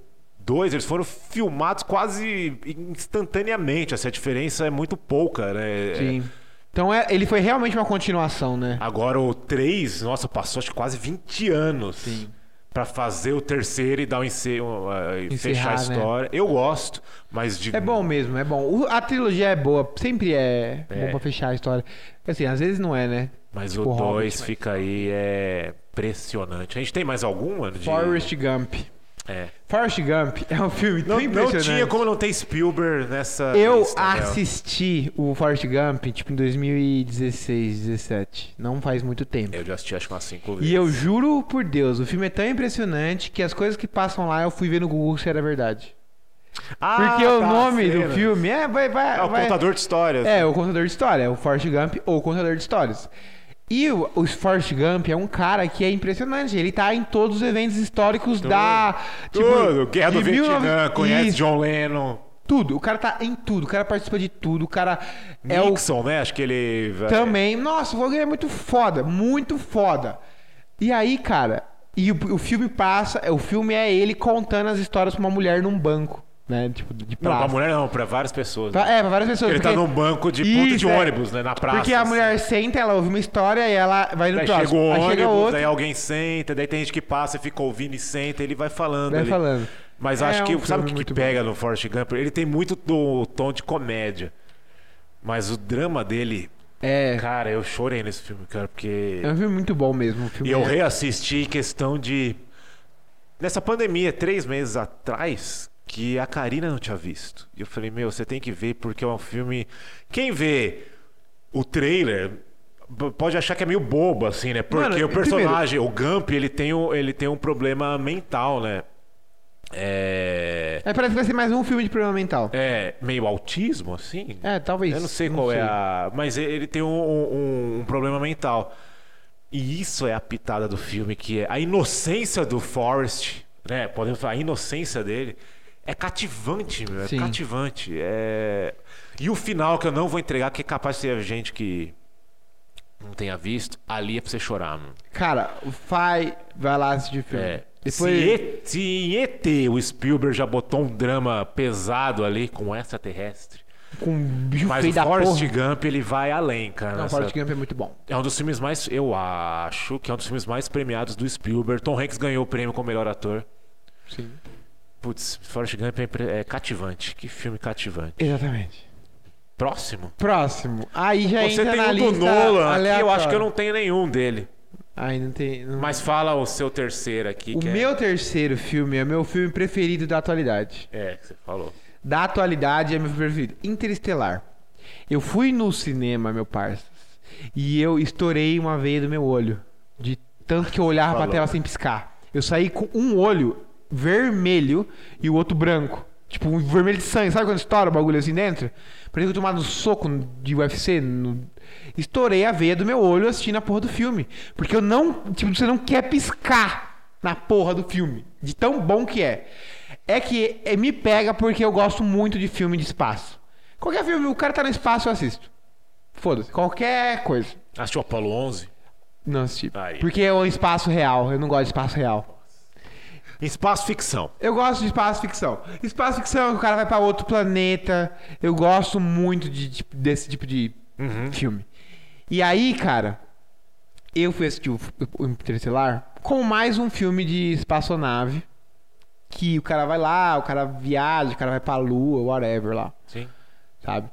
Speaker 1: 2, eles foram filmados quase instantaneamente. Assim, a diferença é muito pouca, né?
Speaker 2: Sim. Então é- ele foi realmente uma continuação, né?
Speaker 1: Agora o 3, nossa, passou acho que quase 20 anos.
Speaker 2: Sim.
Speaker 1: Pra fazer o terceiro e dar um encer... um, eh, e fechar
Speaker 2: Encerrar,
Speaker 1: a
Speaker 2: né?
Speaker 1: história. Eu gosto, mas de.
Speaker 2: É bom mesmo, é bom. O- a trilogia é boa, sempre é,
Speaker 1: É.
Speaker 2: bom pra fechar a história. Assim, às vezes não é, né?
Speaker 1: Mas
Speaker 2: Tipo
Speaker 1: o
Speaker 2: Hobbit,
Speaker 1: 2
Speaker 2: mas-
Speaker 1: fica aí, é impressionante. A gente tem mais algum ano de.
Speaker 2: Forrest Gump.
Speaker 1: É.
Speaker 2: Forrest Gump é um filme
Speaker 1: Não,
Speaker 2: tão
Speaker 1: não
Speaker 2: impressionante.
Speaker 1: tinha como não ter Spielberg nessa.
Speaker 2: Eu
Speaker 1: lista, né?
Speaker 2: assisti o Forrest Gump, tipo, em 2016, 17. Não faz muito tempo.
Speaker 1: Eu já assisti acho que umas 5 vezes.
Speaker 2: E eu juro por Deus, o filme é tão impressionante que as coisas que passam lá eu fui ver no Google se era verdade.
Speaker 1: Ah,
Speaker 2: Porque o
Speaker 1: tá,
Speaker 2: nome
Speaker 1: cena.
Speaker 2: do filme é. Vai, vai,
Speaker 1: É o
Speaker 2: vai-
Speaker 1: contador de histórias.
Speaker 2: É, o contador de história, o Forrest Gump ou o contador de histórias. E o, o Forrest Gump é um cara que é impressionante. Ele tá em todos os eventos históricos da. Tipo,
Speaker 1: Tudo. Guerra do
Speaker 2: de mil-
Speaker 1: Vietnã, conhece
Speaker 2: Isso,
Speaker 1: John Lennon.
Speaker 2: Tudo. O cara tá em tudo. O cara participa de tudo. O cara é o
Speaker 1: Nixon, né? Acho que ele.
Speaker 2: também. Nossa, o Logan é muito foda, muito foda. E aí, cara, e o, o filme passa, o filme é ele contando as histórias pra uma mulher num banco, né? Tipo, de
Speaker 1: Não,
Speaker 2: praça.
Speaker 1: pra mulher não, pra várias pessoas.
Speaker 2: Pra- é, pra várias pessoas.
Speaker 1: Ele tá
Speaker 2: porque-
Speaker 1: num banco de ponto de
Speaker 2: Isso, é.
Speaker 1: ônibus, né? Na praça.
Speaker 2: Porque a
Speaker 1: assim.
Speaker 2: mulher senta, ela ouve uma história e ela vai no
Speaker 1: Daí
Speaker 2: próximo.
Speaker 1: chega o
Speaker 2: aí
Speaker 1: ônibus,
Speaker 2: chega outro,
Speaker 1: daí alguém senta, daí tem gente que passa e fica ouvindo e senta, ele vai falando
Speaker 2: vai
Speaker 1: ali.
Speaker 2: falando.
Speaker 1: Mas
Speaker 2: É
Speaker 1: acho que,
Speaker 2: um
Speaker 1: sabe o
Speaker 2: filme
Speaker 1: que que,
Speaker 2: muito bom.
Speaker 1: pega no Forrest Gump? Ele tem muito do tom de comédia. Mas o drama dele,
Speaker 2: É,
Speaker 1: cara, eu chorei nesse filme, cara, porque...
Speaker 2: é um filme muito bom mesmo. um filme
Speaker 1: E eu
Speaker 2: é-
Speaker 1: reassisti em questão de... Nessa pandemia, três meses atrás, que a Karina não tinha visto. E eu falei, meu, você tem que ver porque é um filme... Quem vê o trailer b- pode achar que é meio bobo, assim, né? Porque
Speaker 2: Mano,
Speaker 1: o personagem, o Gump, ele tem um, ele tem um problema mental, né? É...
Speaker 2: É, parece que vai ser mais um filme de problema mental.
Speaker 1: É meio autismo, assim?
Speaker 2: É, talvez.
Speaker 1: Eu não sei qual é a. Mas ele tem um, um- um problema mental. E isso é a pitada do filme, que é a inocência do Forrest, né? Podemos falar, a inocência dele é cativante, meu. É
Speaker 2: Sim.
Speaker 1: cativante. É... E o final que eu não vou entregar, que é capaz de ter gente que não tenha visto, ali é pra você chorar, mano.
Speaker 2: Cara, vai, vai lá assistir o filme.
Speaker 1: É.
Speaker 2: Depois...
Speaker 1: Se, E- se em ET o Spielberg já botou um drama pesado ali com extraterrestre.
Speaker 2: Com um bicho
Speaker 1: Mas
Speaker 2: feio
Speaker 1: o
Speaker 2: da
Speaker 1: Forrest
Speaker 2: porra.
Speaker 1: Gump né, ele vai além, cara.
Speaker 2: Não,
Speaker 1: nessa-
Speaker 2: Forrest Gump é muito bom.
Speaker 1: É um dos filmes mais, eu acho, que é um dos filmes mais premiados do Spielberg. Tom Hanks ganhou o prêmio como melhor ator.
Speaker 2: Sim.
Speaker 1: Putz, Forrest Gump é, impre- é cativante. Que filme cativante.
Speaker 2: Exatamente.
Speaker 1: Próximo.
Speaker 2: Próximo. Aí já
Speaker 1: Você
Speaker 2: entra
Speaker 1: tem
Speaker 2: na
Speaker 1: o do
Speaker 2: lista
Speaker 1: Nolan aqui, eu acho
Speaker 2: aleatória.
Speaker 1: que eu não tenho nenhum dele.
Speaker 2: Aí não tem... não-
Speaker 1: Mas fala o seu terceiro aqui.
Speaker 2: O
Speaker 1: que é-
Speaker 2: meu terceiro filme é meu filme preferido da atualidade.
Speaker 1: É, que você falou.
Speaker 2: da atualidade é meu preferido. Interestelar. Eu fui no cinema, meu parça, e eu estourei uma veia do meu olho. De tanto que eu olhava pra
Speaker 1: Falou.
Speaker 2: tela sem piscar. Eu saí com um olho vermelho e o outro branco. Tipo, um vermelho de sangue. Sabe quando estoura o bagulho assim dentro? Parecia que eu tomado um soco de UFC. no- Estourei a veia do meu olho assistindo a porra do filme. Porque eu não. Tipo, você não quer piscar na porra do filme. De tão bom que é. É que é, me pega porque eu gosto muito de filme de espaço. Qualquer filme, o cara tá no espaço, eu assisto. Foda-se. Qualquer coisa.
Speaker 1: Assistiu Apolo 11?
Speaker 2: Não assisti.
Speaker 1: Aí.
Speaker 2: Porque é um espaço real. Eu não gosto de espaço real.
Speaker 1: Espaço ficção.
Speaker 2: Eu gosto de espaço ficção. Espaço ficção, é o cara vai pra outro planeta. Eu gosto muito de- de- desse tipo de
Speaker 1: Uhum.
Speaker 2: filme. E aí, cara, eu fui assistir o, o Interestelar com mais um filme de espaçonave. Que o cara vai lá, o cara viaja, o cara vai pra lua, whatever lá,
Speaker 1: Sim.
Speaker 2: sabe?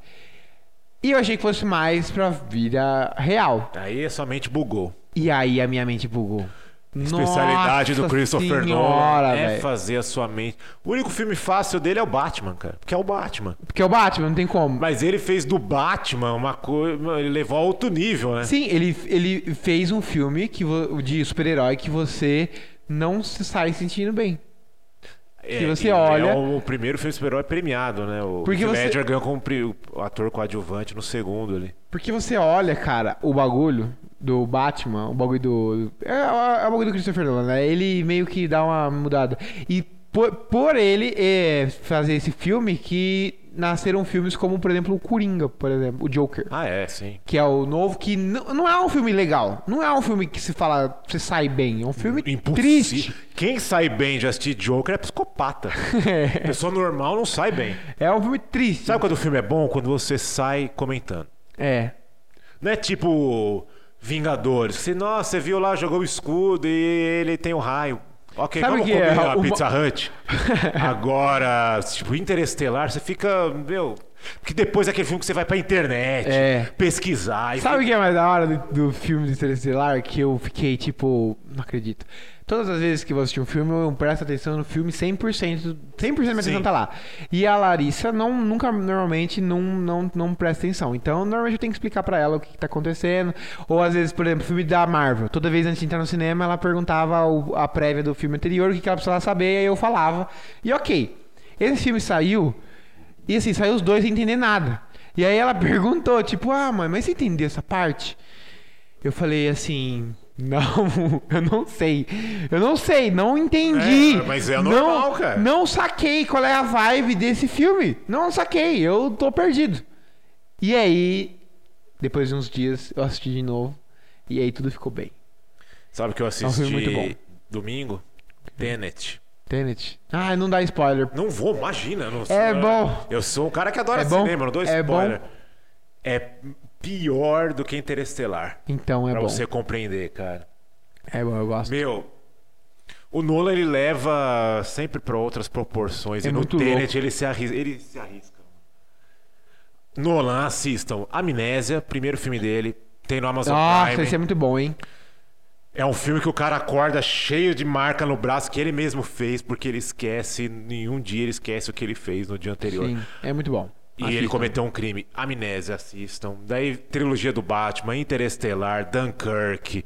Speaker 2: E eu achei que fosse mais pra vida real.
Speaker 1: Aí a sua mente bugou.
Speaker 2: E aí a minha mente bugou.
Speaker 1: especialidade do
Speaker 2: Nossa
Speaker 1: Christopher
Speaker 2: senhora,
Speaker 1: Nolan é
Speaker 2: velho.
Speaker 1: fazer a sua mente. O único filme fácil dele é o Batman, cara. Porque é o Batman.
Speaker 2: Porque é o Batman, não tem como.
Speaker 1: Mas ele fez do Batman uma coisa. Ele levou a outro nível, né?
Speaker 2: Sim, ele, ele fez um filme que vo- de super-herói que você não se sai sentindo bem.
Speaker 1: É,
Speaker 2: que você
Speaker 1: e
Speaker 2: olha-
Speaker 1: É o primeiro filme super-herói premiado, né? O
Speaker 2: Porque
Speaker 1: Heath
Speaker 2: você-
Speaker 1: Ledger ganhou como pri- o ator coadjuvante no segundo ali.
Speaker 2: Porque você olha, cara, o bagulho do Batman, o bagulho do. É, é o bagulho do Christopher Nolan, né? Ele meio que dá uma mudada. E por, por ele é, fazer esse filme que nasceram filmes como, por exemplo, o Coringa, por exemplo, o Joker.
Speaker 1: Ah, é, sim.
Speaker 2: Que é o novo, que n- não é um filme legal. Não é um filme que se fala, você sai bem. É um filme
Speaker 1: Impossível.
Speaker 2: triste.
Speaker 1: Quem sai bem de assistir Joker é psicopata. Pessoa normal não sai bem.
Speaker 2: É um filme triste.
Speaker 1: Sabe quando o filme é bom? Quando você sai comentando.
Speaker 2: É.
Speaker 1: Não é tipo Vingadores. Você, nossa, você viu lá, jogou o escudo e ele tem o raio. Ok,
Speaker 2: Sabe
Speaker 1: vamos
Speaker 2: que
Speaker 1: comer
Speaker 2: é
Speaker 1: a
Speaker 2: uma-
Speaker 1: Pizza Hut. Agora, tipo, Interestelar, você fica, meu... Porque depois é aquele filme que você vai pra internet,
Speaker 2: É.
Speaker 1: pesquisar. e-
Speaker 2: Sabe o que é mais da hora do, do filme de Interestelar? Que eu fiquei tipo, não acredito. Todas as vezes que eu vou assistir um filme, eu presto atenção no filme 100%. 100% da minha
Speaker 1: Sim.
Speaker 2: atenção tá lá. E a Larissa não, nunca, normalmente, não, não, não presta atenção. Então, normalmente eu tenho que explicar pra ela o que, que tá acontecendo. Ou às vezes, por exemplo, filme da Marvel. Toda vez antes de entrar no cinema, ela perguntava o- a prévia do filme anterior, o que, que ela precisava saber, e aí eu falava. E ok. Esse filme saiu. E assim, saiu os dois sem entender nada. E aí ela perguntou, tipo, ah, mãe, mas você entendeu essa parte? Eu falei assim, não, eu não sei. Eu não sei, não entendi.
Speaker 1: É, mas é normal,
Speaker 2: não,
Speaker 1: cara.
Speaker 2: Não saquei qual é a vibe desse filme. Não saquei, eu tô perdido. E aí, depois de uns dias, eu assisti de novo. E aí tudo ficou bem.
Speaker 1: Sabe o que eu
Speaker 2: um
Speaker 1: assisti
Speaker 2: filme muito bom.
Speaker 1: domingo? Tenet.
Speaker 2: Tenet. Ah, não dá spoiler.
Speaker 1: Não vou, imagina. eu Não sou,
Speaker 2: É bom.
Speaker 1: Eu sou um cara que adora
Speaker 2: É bom?
Speaker 1: cinema, não dou
Speaker 2: É
Speaker 1: spoiler.
Speaker 2: bom?
Speaker 1: É pior do que Interestelar.
Speaker 2: Então é
Speaker 1: pra
Speaker 2: bom.
Speaker 1: você compreender, cara.
Speaker 2: É bom, eu gosto.
Speaker 1: Meu, o Nolan ele leva sempre pra outras proporções.
Speaker 2: É
Speaker 1: e no
Speaker 2: muito
Speaker 1: Tenet
Speaker 2: louco.
Speaker 1: ele se, arrisca, ele se arrisca. Nolan, assistam. Amnésia, primeiro filme dele. Tem no Amazon
Speaker 2: Nossa,
Speaker 1: Prime.
Speaker 2: esse é muito bom, hein?
Speaker 1: É um filme que o cara acorda cheio de marca no braço que ele mesmo fez, porque ele esquece, nenhum dia ele esquece o que ele fez no dia anterior.
Speaker 2: Sim, é muito bom.
Speaker 1: E ele
Speaker 2: Assistam.
Speaker 1: cometeu um crime. Amnésia, assistam. Daí, trilogia do Batman, Interestelar, Dunkirk.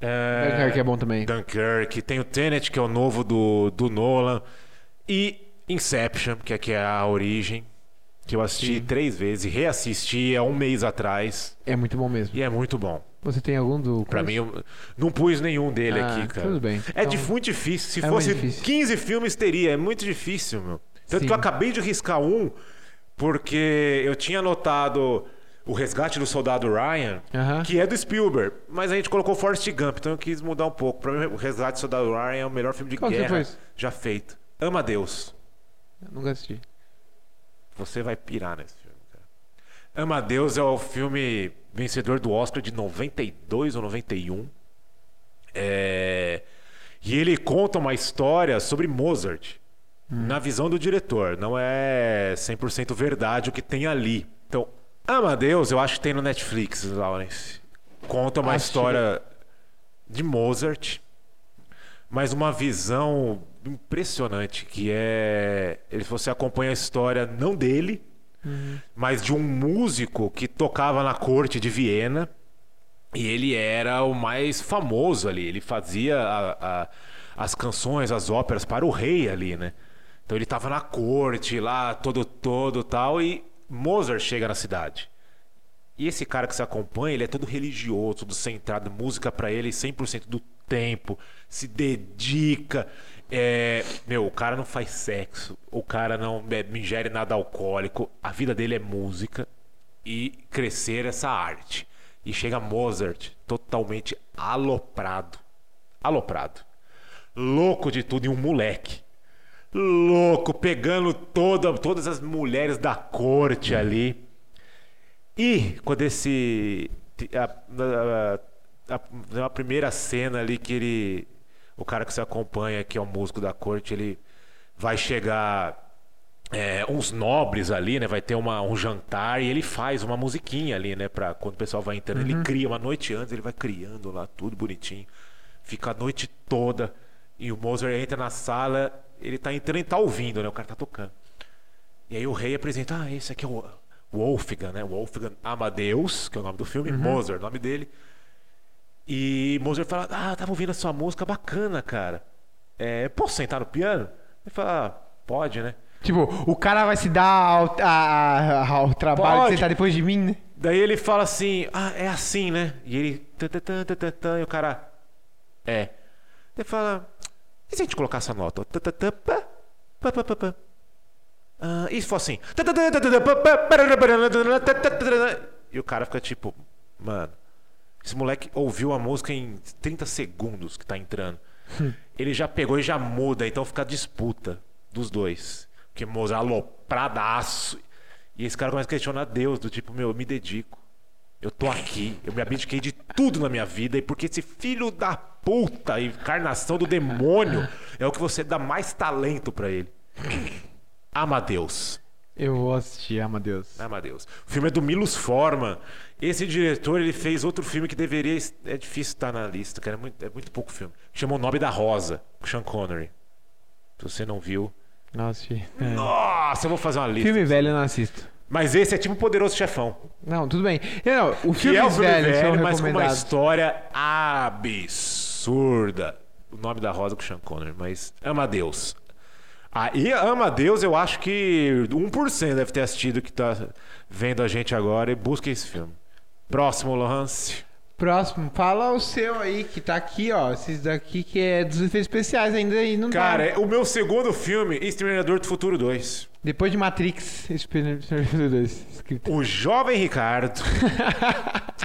Speaker 1: É...
Speaker 2: Dunkirk é bom também.
Speaker 1: Dunkirk. Tem o Tenet, que é o novo do, do Nolan. E Inception, que aqui é a origem. Que eu assisti
Speaker 2: Sim.
Speaker 1: três vezes e reassisti há um mês atrás.
Speaker 2: É muito bom mesmo.
Speaker 1: E é muito bom.
Speaker 2: Você tem algum do.
Speaker 1: Pra mim, eu não pus nenhum dele
Speaker 2: Ah,
Speaker 1: aqui, cara.
Speaker 2: tudo bem.
Speaker 1: É
Speaker 2: Então,
Speaker 1: dif- muito difícil. Se
Speaker 2: é muito
Speaker 1: fosse
Speaker 2: difícil.
Speaker 1: 15 filmes, teria. É muito difícil, meu. Tanto
Speaker 2: Sim.
Speaker 1: que eu acabei de riscar um, porque eu tinha anotado o resgate do soldado Ryan,
Speaker 2: Aham.
Speaker 1: que é do Spielberg. Mas a gente colocou Forrest Gump, então eu quis mudar um pouco. Pra mim, o resgate do soldado Ryan é o melhor filme de
Speaker 2: Qual que foi
Speaker 1: guerra
Speaker 2: esse?
Speaker 1: já feito. Ama Deus.
Speaker 2: Eu Nunca assisti.
Speaker 1: Você vai pirar nesse filme, cara. Ama Deus é o filme vencedor do Oscar de 92 ou 91. É... E ele conta uma história sobre Mozart,
Speaker 2: Hum.
Speaker 1: na visão do diretor. Não é 100% verdade o que tem ali. Então, Ama Deus, eu acho que tem no Netflix, Lawrence. Conta uma
Speaker 2: Acho que-
Speaker 1: história de Mozart, mas uma visão impressionante que é ele você acompanha a história não dele, mas de um músico que tocava na corte de Viena e ele era o mais famoso ali. Ele fazia a- a- as canções, as óperas para o rei ali, né? Então ele estava na corte lá, todo todo tal e Mozart chega na cidade. E esse cara que se acompanha, ele é todo religioso, todo centrado, música pra ele 100% do tempo, se dedica. É, meu, o cara não faz sexo, o cara não é, ingere nada alcoólico, a vida dele é música e crescer essa arte. E chega Mozart totalmente aloprado. Aloprado. Louco de tudo e um moleque louco, pegando toda, todas as mulheres da corte ali. E quando esse. A, a- a- a primeira cena ali que ele. O cara que se acompanha, que é o músico da corte, ele vai chegar. é, uns nobres ali, né? Vai ter uma- um jantar e ele faz uma musiquinha ali, né? Pra quando o pessoal vai entrando. Ele cria uma noite antes, ele vai criando lá tudo bonitinho. fica a noite toda e o Mozart entra na sala, ele tá entrando e tá ouvindo, né? O cara tá tocando. E aí o rei apresenta, ah, esse aqui é o Wolfgang, né? Wolfgang Amadeus, que é o nome do filme, Mozart, o nome dele. E Mozart fala, ah, tava ouvindo a sua música, bacana, cara. É, posso sentar no piano? Ele fala, "Ah, pode, né?
Speaker 2: Tipo, o cara vai se dar ao, a- a- ao trabalho
Speaker 1: Pode.
Speaker 2: de sentar depois de mim, né?
Speaker 1: Daí ele fala assim, ah, é assim, né? E ele. tan, tan, tan, tan, tan, tan, e o cara. É. Ele fala. E se a gente colocar essa nota? Tan, tan, tan, pá, pá, pá, pá, pá. Ah, e se for assim? Tan, tan, tan, tan, tan, pá, pá, parará, parará, tan, tan, tan, tan, tan. E o cara fica tipo, mano. Esse moleque ouviu a música em 30 segundos que tá entrando. Ele já pegou e já muda, então fica a disputa dos dois. Porque Mozart é alopradaço. E esse cara começa a questionar Deus, do tipo, meu, eu me dedico. Eu tô aqui, eu me abdiquei de tudo na minha vida, e porque esse filho da puta, encarnação do demônio, é o que você dá mais talento pra ele. Amadeus.
Speaker 2: Eu vou assistir, Amadeus.
Speaker 1: Amadeus. O filme é do Milos Forman. Esse diretor, ele fez outro filme que deveria... es- É difícil estar na lista, cara. É muito, é muito pouco filme. Chamou O Nome da Rosa, com Sean Connery. Se você não viu...
Speaker 2: Não assisti. É.
Speaker 1: Nossa, eu vou fazer uma lista.
Speaker 2: Filme velho eu não assisto.
Speaker 1: Mas esse é tipo Poderoso Chefão.
Speaker 2: Não, tudo bem. Não, o
Speaker 1: Que
Speaker 2: filme
Speaker 1: é um filme
Speaker 2: velho, são
Speaker 1: velho, mas com uma
Speaker 2: recomendados.
Speaker 1: história absurda. O nome da rosa é com Sean Connery, mas ama Deus. Aí ama Deus, eu acho que 1% deve ter assistido que tá vendo a gente agora e busca esse filme. Próximo, Lance.
Speaker 2: Próximo, fala o seu aí, que tá aqui, ó. Esses daqui que é dos efeitos especiais ainda e não
Speaker 1: Cara,
Speaker 2: tá.
Speaker 1: é o meu segundo filme, Exterminador do Futuro 2.
Speaker 2: Depois de Matrix, Experimentos 2, escrito.
Speaker 1: O jovem Ricardo.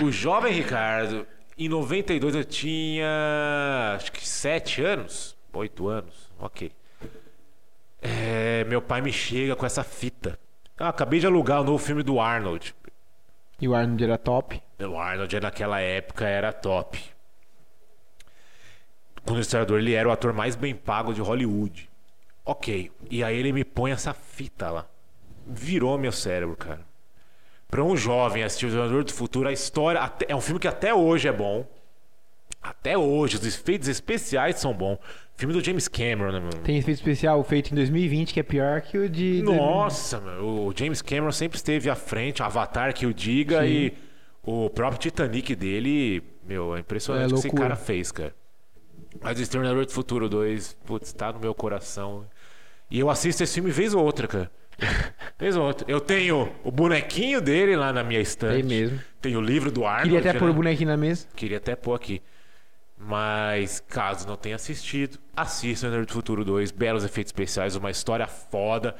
Speaker 1: o jovem Ricardo, em 92 eu tinha. Acho que 7 anos? 8 anos, ok. É, meu pai me chega com essa fita. Ah, acabei de alugar o novo filme do Arnold.
Speaker 2: E o Arnold era top.
Speaker 1: O Arnold naquela época era top. Quando o historiador ele era o ator mais bem pago de Hollywood. Ok. E aí ele me põe essa fita lá. Virou meu cérebro, cara. Pra um jovem assistir o Historiador do Futuro, a história. até- é um filme que até hoje é bom. Até hoje, os efeitos especiais são bons. Filme do James Cameron, né, mano?
Speaker 2: Tem efeito especial feito em 2020, que é pior que o de.
Speaker 1: Nossa, meu, o James Cameron sempre esteve à frente, Avatar que o diga
Speaker 2: Sim.
Speaker 1: e o próprio Titanic dele, meu, é impressionante
Speaker 2: É
Speaker 1: o que esse
Speaker 2: loucura.
Speaker 1: cara fez, cara. Mas Exterminador do Futuro 2, putz, tá no meu coração. E eu assisto esse filme vez ou outra, cara. vez ou outra. Eu tenho o bonequinho dele lá na minha estante.
Speaker 2: Tem mesmo.
Speaker 1: Tenho o livro do Arnold.
Speaker 2: Queria até pôr
Speaker 1: né?
Speaker 2: o bonequinho na mesa.
Speaker 1: Queria até pôr aqui. Mas caso não tenha assistido, assista Nerd do Futuro 2, belos efeitos especiais, uma história foda.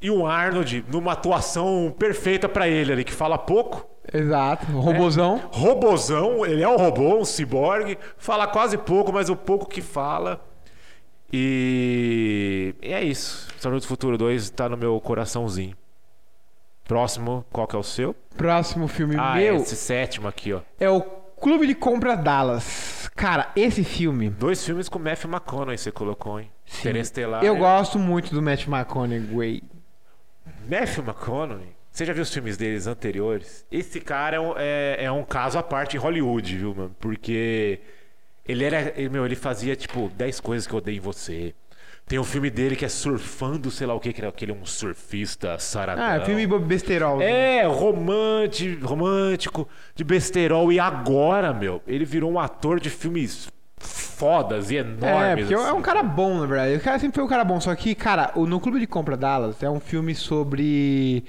Speaker 1: E o Arnold numa atuação perfeita pra ele ali, que fala pouco.
Speaker 2: Exato. um O robozão.
Speaker 1: Robozão, ele é um robô, um ciborgue, fala quase pouco, mas o pouco que fala. E, e é isso. Nerd do Futuro 2 tá no meu coraçãozinho. Próximo, qual que é o seu?
Speaker 2: Próximo filme
Speaker 1: Ah, é
Speaker 2: meu
Speaker 1: esse sétimo aqui, ó.
Speaker 2: é o Clube de Compra Dallas. Cara, esse filme.
Speaker 1: Dois filmes com Matthew McConaughey você colocou, hein?
Speaker 2: Sim.
Speaker 1: Interestelar. é.
Speaker 2: Eu
Speaker 1: e-
Speaker 2: gosto muito do Matt McConaughey.
Speaker 1: Matthew McConaughey, você já viu os filmes deles anteriores? Esse cara é um, é- é um caso à parte em Hollywood, viu, mano? Porque ele era. ele, meu, ele fazia, tipo, 10 coisas que eu odeio em você. Tem um filme dele que é surfando, sei lá o que, que era aquele um surfista saradão.
Speaker 2: Ah, filme Bob Besterol.
Speaker 1: É, romante, romântico, de besterol. E agora, meu, ele virou um ator de filmes fodas e
Speaker 2: É,
Speaker 1: enormes.
Speaker 2: porque é
Speaker 1: assim.
Speaker 2: um cara bom, na verdade. O cara sempre foi um cara bom. Só que, cara, o No Clube de Compra Dallas é um filme sobre.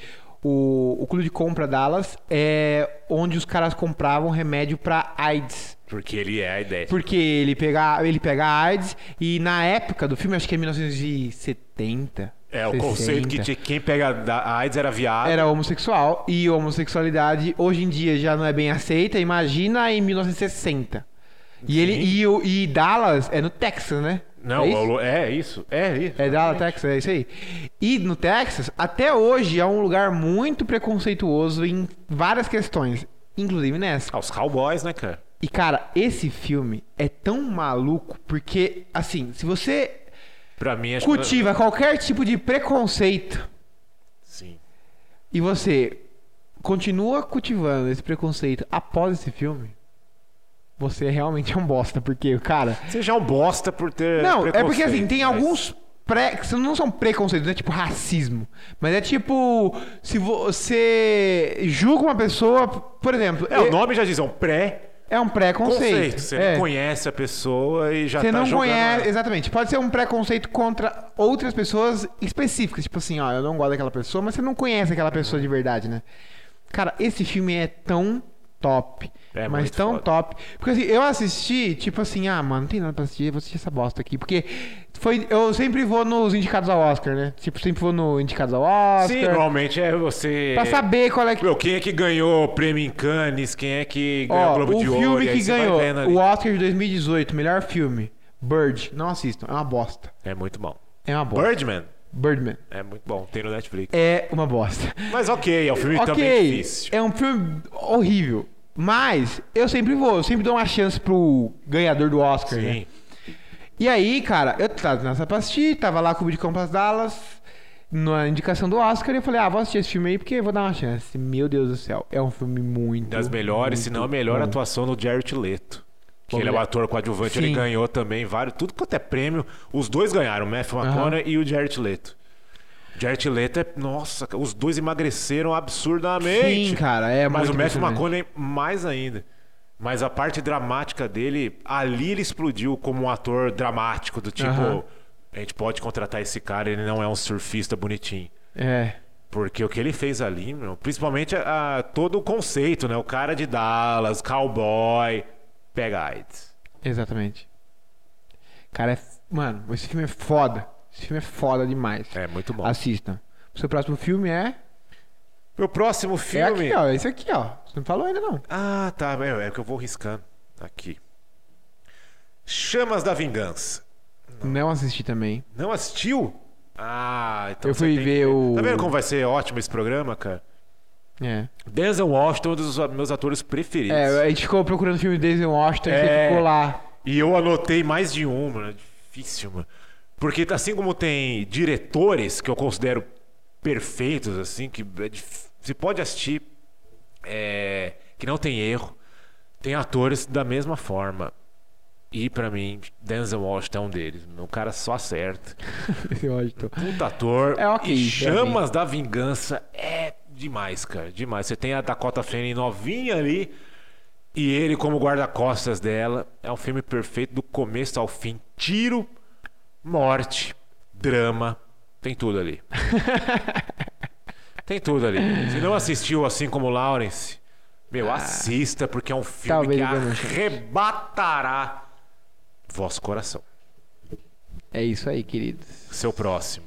Speaker 2: O, o Clube de Compra Dallas é onde os caras compravam remédio pra AIDS.
Speaker 1: Porque ele é a ideia.
Speaker 2: Porque ele pega, ele pega AIDS e na época do filme, acho que é 1970.
Speaker 1: É, o conceito que
Speaker 2: 60,
Speaker 1: tinha, quem pega da a AIDS era viado.
Speaker 2: Era homossexual e homossexualidade hoje em dia já não é bem aceita. Imagina em 1960. E, ele, e, o- e Dallas é no Texas, né?
Speaker 1: Não,
Speaker 2: é
Speaker 1: é
Speaker 2: isso?
Speaker 1: isso? É, isso. É isso.
Speaker 2: É Dallas, Texas, é isso aí. E no Texas, até hoje, é um lugar muito preconceituoso em várias questões, inclusive nessa.
Speaker 1: Ah, os cowboys, né, cara?
Speaker 2: E cara, esse filme é tão maluco porque, assim, se você
Speaker 1: Pra mim, acho que...
Speaker 2: cultiva qualquer tipo de preconceito
Speaker 1: Sim.
Speaker 2: e você continua cultivando esse preconceito após esse filme, você realmente é um bosta. Porque, cara.
Speaker 1: Você já é um bosta por ter.
Speaker 2: Não, é porque assim,
Speaker 1: preconceito,
Speaker 2: tem
Speaker 1: mas-
Speaker 2: alguns. Pré, que não são preconceitos, não é tipo racismo. Mas é tipo. Se você julga uma pessoa. Por exemplo.
Speaker 1: É, o
Speaker 2: eu-
Speaker 1: nome já diz, é um pré-conceito.
Speaker 2: é um preconceito.
Speaker 1: Você
Speaker 2: é.
Speaker 1: não conhece a pessoa e já
Speaker 2: Você
Speaker 1: tá
Speaker 2: não
Speaker 1: julgando
Speaker 2: conhece.
Speaker 1: ela.
Speaker 2: Exatamente. Pode ser um preconceito contra outras pessoas específicas. Tipo assim, ó, eu não gosto daquela pessoa, mas você não conhece aquela pessoa de verdade, né? Cara, esse filme é tão top.
Speaker 1: É
Speaker 2: mas
Speaker 1: muito
Speaker 2: tão
Speaker 1: foda.
Speaker 2: top. Porque assim, eu assisti, tipo assim, ah, mano, não tem nada pra assistir, vou assistir essa bosta aqui. Porque foi, eu sempre vou nos indicados ao Oscar, né? Tipo, sempre vou no indicados ao Oscar.
Speaker 1: Sim, normalmente é você.
Speaker 2: Pra saber qual é que.
Speaker 1: Meu, quem é que ganhou o prêmio em Cannes? Quem é que ganhou
Speaker 2: Ó,
Speaker 1: o Globo
Speaker 2: o
Speaker 1: de Ouro?
Speaker 2: filme
Speaker 1: E aí
Speaker 2: que
Speaker 1: você vai
Speaker 2: ganhou
Speaker 1: vendo ali.
Speaker 2: o Oscar de 2018, melhor filme, Bird. Não assistam, é uma bosta.
Speaker 1: É muito bom.
Speaker 2: É uma bosta.
Speaker 1: Birdman
Speaker 2: Birdman.
Speaker 1: é muito bom, tem no Netflix.
Speaker 2: é uma bosta.
Speaker 1: Mas ok, é um filme também
Speaker 2: ok,
Speaker 1: difícil.
Speaker 2: é um filme horrível. Mas eu sempre vou, eu sempre dou uma chance pro ganhador do Oscar, né?
Speaker 1: Sim.
Speaker 2: E aí, cara, eu tava na sala pra assistir, tava lá com o Bitcoin Plus Dallas, na indicação do Oscar, e eu falei, ah, vou assistir esse filme aí porque eu vou dar uma chance. Meu Deus do céu, é um filme muito.
Speaker 1: Das melhores, se não a melhor
Speaker 2: bom.
Speaker 1: atuação do Jared Leto. Que
Speaker 2: Bom,
Speaker 1: ele é o
Speaker 2: né?
Speaker 1: ator coadjuvante, ele
Speaker 2: Sim.
Speaker 1: ganhou também vários, tudo quanto é prêmio. Os dois ganharam, o Matthew
Speaker 2: Aham.
Speaker 1: McConaughey e o Jared Leto. O Jared Leto é. Nossa, cara, os dois emagreceram absurdamente.
Speaker 2: Sim, cara, é
Speaker 1: Mas
Speaker 2: muito
Speaker 1: o Matthew
Speaker 2: impressionante.
Speaker 1: McConaughey mais ainda. Mas a parte dramática dele, ali ele explodiu como um ator dramático, do tipo,
Speaker 2: Aham.
Speaker 1: a gente pode contratar esse cara, ele não é um surfista bonitinho.
Speaker 2: É.
Speaker 1: Porque o que ele fez ali, meu, principalmente a, a- todo o conceito, né? O cara de Dallas, cowboy, pega AIDS.
Speaker 2: Exatamente. Cara, é. f- Mano, esse filme é foda. Esse filme é foda demais.
Speaker 1: É muito bom.
Speaker 2: Assistam. O seu próximo filme é.
Speaker 1: Meu próximo filme.
Speaker 2: É aqui, ó. Esse aqui, ó. Você não falou ainda, não.
Speaker 1: Ah, tá. meu, É que eu vou riscando. Aqui. Chamas da Vingança.
Speaker 2: Não assisti também.
Speaker 1: Não assistiu? Ah, então.
Speaker 2: Eu
Speaker 1: você
Speaker 2: fui
Speaker 1: tem
Speaker 2: ver
Speaker 1: que...
Speaker 2: o-
Speaker 1: Tá vendo como vai ser ótimo esse programa, cara?
Speaker 2: É.
Speaker 1: Denzel Washington é um dos meus atores preferidos.
Speaker 2: É, a gente ficou procurando filme Daisy Washington e você
Speaker 1: É.
Speaker 2: ficou lá.
Speaker 1: E eu anotei mais de um, mano. É difícil, mano. Porque assim como tem diretores que eu considero perfeitos, assim, que é dif- você pode assistir é, que não tem erro, tem atores da mesma forma. E pra mim, Denzel Washington é um deles. O cara só acerta.
Speaker 2: Daisy Washington.
Speaker 1: Puta ator.
Speaker 2: É ok,
Speaker 1: E
Speaker 2: pra mim.
Speaker 1: Chamas da Vingança é demais, cara. Demais. Você tem a Dakota Fanning novinha ali e ele como guarda-costas dela. É um filme perfeito do começo ao fim. Tiro, morte, drama. Tem tudo ali. tem tudo ali. Se não assistiu assim como Lawrence, meu, assista porque é um filme
Speaker 2: Ah. Talvez
Speaker 1: que
Speaker 2: eu dê uma chance.
Speaker 1: arrebatará vosso coração.
Speaker 2: É isso aí, queridos.
Speaker 1: Seu próximo.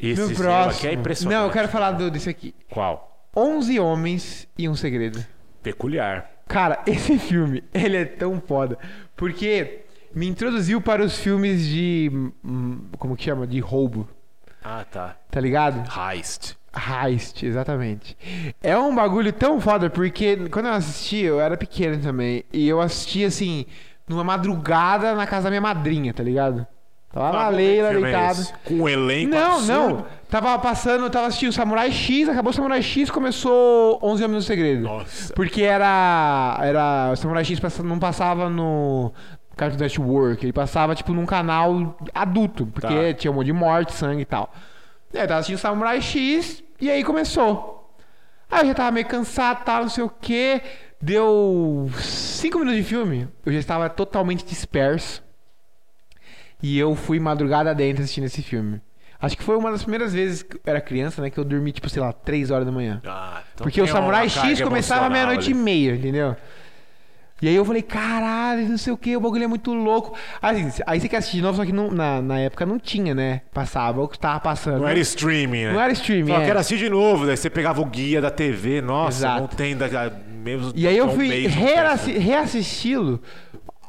Speaker 1: Esse
Speaker 2: Meu
Speaker 1: cinema
Speaker 2: próximo.
Speaker 1: aqui é impressionante.
Speaker 2: Não, eu quero falar do, desse aqui.
Speaker 1: Qual?
Speaker 2: 11 Homens e um Segredo.
Speaker 1: Peculiar.
Speaker 2: Cara, esse filme, ele é tão foda. Porque me introduziu para os filmes de. hum, Como que chama? De roubo.
Speaker 1: Ah, tá.
Speaker 2: Tá ligado?
Speaker 1: Heist.
Speaker 2: Heist, exatamente. É um bagulho tão foda, porque quando eu assisti, eu era pequeno também. E eu assisti, assim, numa madrugada na casa da minha madrinha, tá ligado? Tava na
Speaker 1: Ah,
Speaker 2: leila,
Speaker 1: que filme é
Speaker 2: deitado.
Speaker 1: esse? Com um elenco
Speaker 2: não,
Speaker 1: absurdo.
Speaker 2: não. Tava passando, tava assistindo Samurai X, acabou Samurai X, começou 11 Homens no Segredo.
Speaker 1: Nossa.
Speaker 2: Porque era. era o Samurai X passa- não passava no Cartoon Network, ele passava, tipo, num canal adulto, porque
Speaker 1: Tá.
Speaker 2: tinha um monte de morte, sangue e tal. E aí eu tava assistindo Samurai X e aí começou. Aí eu já tava meio cansado, tal, não sei o quê. Deu cinco minutos de filme, eu já estava totalmente disperso. E eu fui madrugada dentro assistindo esse filme. Acho que foi uma das primeiras vezes que eu era criança, né? Que eu dormi, tipo, sei lá, três horas da manhã.
Speaker 1: Ah, então
Speaker 2: Porque o
Speaker 1: tem uma
Speaker 2: Samurai X
Speaker 1: carga
Speaker 2: começava
Speaker 1: emocional
Speaker 2: meia-noite e
Speaker 1: ali.
Speaker 2: meia, entendeu? E aí eu falei, caralho, não sei o que, o bagulho é muito louco. Assim, aí você quer assistir de novo, só que não- na, na época não tinha, né? Passava o que tava passando.
Speaker 1: Não era streaming, né?
Speaker 2: Não era streaming,
Speaker 1: Só
Speaker 2: é.
Speaker 1: quero assistir de novo. Daí você pegava o guia da TV. Nossa,
Speaker 2: Exato.
Speaker 1: não tem da, da- mesmo.
Speaker 2: E aí eu
Speaker 1: só um né?
Speaker 2: fui
Speaker 1: mês de
Speaker 2: reassi-
Speaker 1: peça.
Speaker 2: reassisti-lo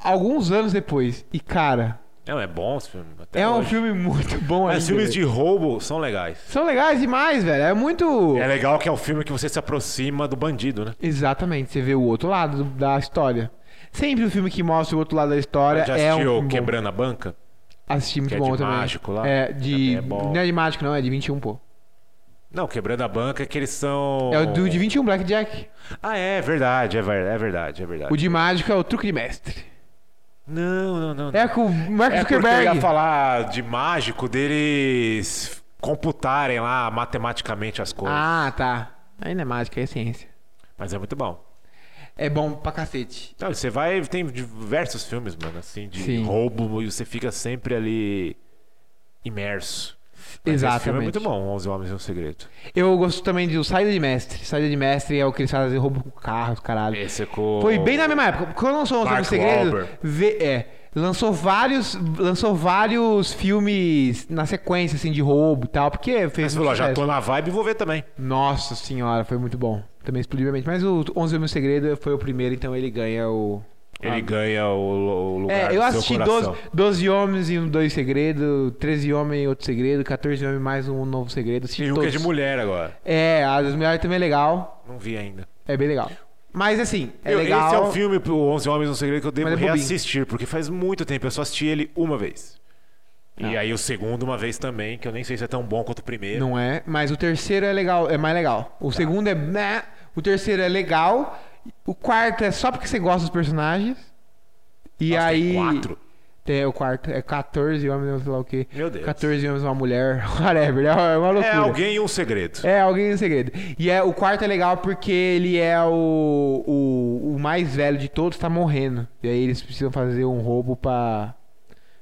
Speaker 2: alguns anos depois. E, cara,
Speaker 1: Não, é bom esse filme. até
Speaker 2: é um
Speaker 1: hoje.
Speaker 2: filme muito bom né?
Speaker 1: Mas
Speaker 2: ainda,
Speaker 1: filmes
Speaker 2: velho.
Speaker 1: de roubo são legais.
Speaker 2: São legais demais, velho. É muito.
Speaker 1: É legal que é um filme que você se aproxima do bandido, né?
Speaker 2: Exatamente, você vê o outro lado do- da história. Sempre o filme que mostra o outro lado da história
Speaker 1: Já
Speaker 2: é um
Speaker 1: assistiu
Speaker 2: filme bom.
Speaker 1: Quebrando a Banca?
Speaker 2: Assisti muito
Speaker 1: Que é
Speaker 2: bom
Speaker 1: de
Speaker 2: também.
Speaker 1: mágico lá.
Speaker 2: É, de.
Speaker 1: Também é bom.
Speaker 2: não é de mágico, não, é de 21, pô.
Speaker 1: Não, quebrando a banca é que eles são.
Speaker 2: É o do de 21 Blackjack.
Speaker 1: Ah, é verdade, é, ver- é verdade, é verdade.
Speaker 2: O de mágica é o truque de mestre.
Speaker 1: Não, não, não. não.
Speaker 2: É com o Mark
Speaker 1: É porque eu ia
Speaker 2: Zuckerberg.
Speaker 1: falar de mágico deles computarem lá matematicamente as coisas.
Speaker 2: ah, tá. Ainda é mágica, é ciência.
Speaker 1: Mas é muito bom.
Speaker 2: É bom pra cacete.
Speaker 1: Não, você vai. Tem diversos filmes, mano, assim, de
Speaker 2: Sim.
Speaker 1: roubo e você fica sempre ali imerso. Mas Esse filme é
Speaker 2: Exatamente.
Speaker 1: muito bom, 11 Homens e um Segredo.
Speaker 2: Eu gosto também do Saída de Mestre. Saída de Mestre é o que eles fazem roubo com carros, caralho.
Speaker 1: Esse é com.
Speaker 2: Foi bem na mesma época. Quando lançou o
Speaker 1: Mark
Speaker 2: Segredo,
Speaker 1: Wahlberg.
Speaker 2: vê- é, lançou vários, lançou vários filmes na sequência assim de roubo e tal, porque
Speaker 1: Mas
Speaker 2: fez
Speaker 1: você
Speaker 2: muito
Speaker 1: falou, já
Speaker 2: sucesso.
Speaker 1: tô na vibe e vou ver também.
Speaker 2: Nossa senhora, foi muito bom. Também explodiu minha mente. Mas o 11 Homens e um Segredo foi o primeiro, então ele ganha o
Speaker 1: Ele
Speaker 2: Ah,
Speaker 1: ganha o, o lugar
Speaker 2: é, eu
Speaker 1: do seu
Speaker 2: assisti
Speaker 1: coração.
Speaker 2: 12, 12 Homens e um Dois Segredo, 13 Homens e Outro Segredo, 14 Homens mais um Novo Segredo. assisti
Speaker 1: E um que é
Speaker 2: todos.
Speaker 1: de mulher agora.
Speaker 2: É, a das mulheres também é legal.
Speaker 1: Não vi ainda.
Speaker 2: É bem legal. Mas assim, é
Speaker 1: Eu-
Speaker 2: legal.
Speaker 1: Esse é o filme, o 11 Homens e um Segredo, que eu devo
Speaker 2: Mas é bobinho.
Speaker 1: reassistir, porque faz muito tempo. Eu só assisti ele uma vez. E
Speaker 2: Ah.
Speaker 1: aí o segundo uma vez também, que eu nem sei se é tão bom quanto o primeiro.
Speaker 2: Não é, mas o terceiro é legal, é mais legal.
Speaker 1: Tá.
Speaker 2: O segundo é meh, o terceiro é legal, o quarto é só porque você gosta dos personagens. E
Speaker 1: Nossa,
Speaker 2: aí
Speaker 1: tem quatro.
Speaker 2: tem o quarto, é 14 homens, sei lá o quê.
Speaker 1: Meu Deus.
Speaker 2: 14 homens uma mulher, whatever, é uma loucura.
Speaker 1: É alguém e um segredo.
Speaker 2: É, alguém em segredo. E é, o quarto é legal porque ele é o, o, o mais velho de todos, tá morrendo. E aí eles precisam fazer um roubo pra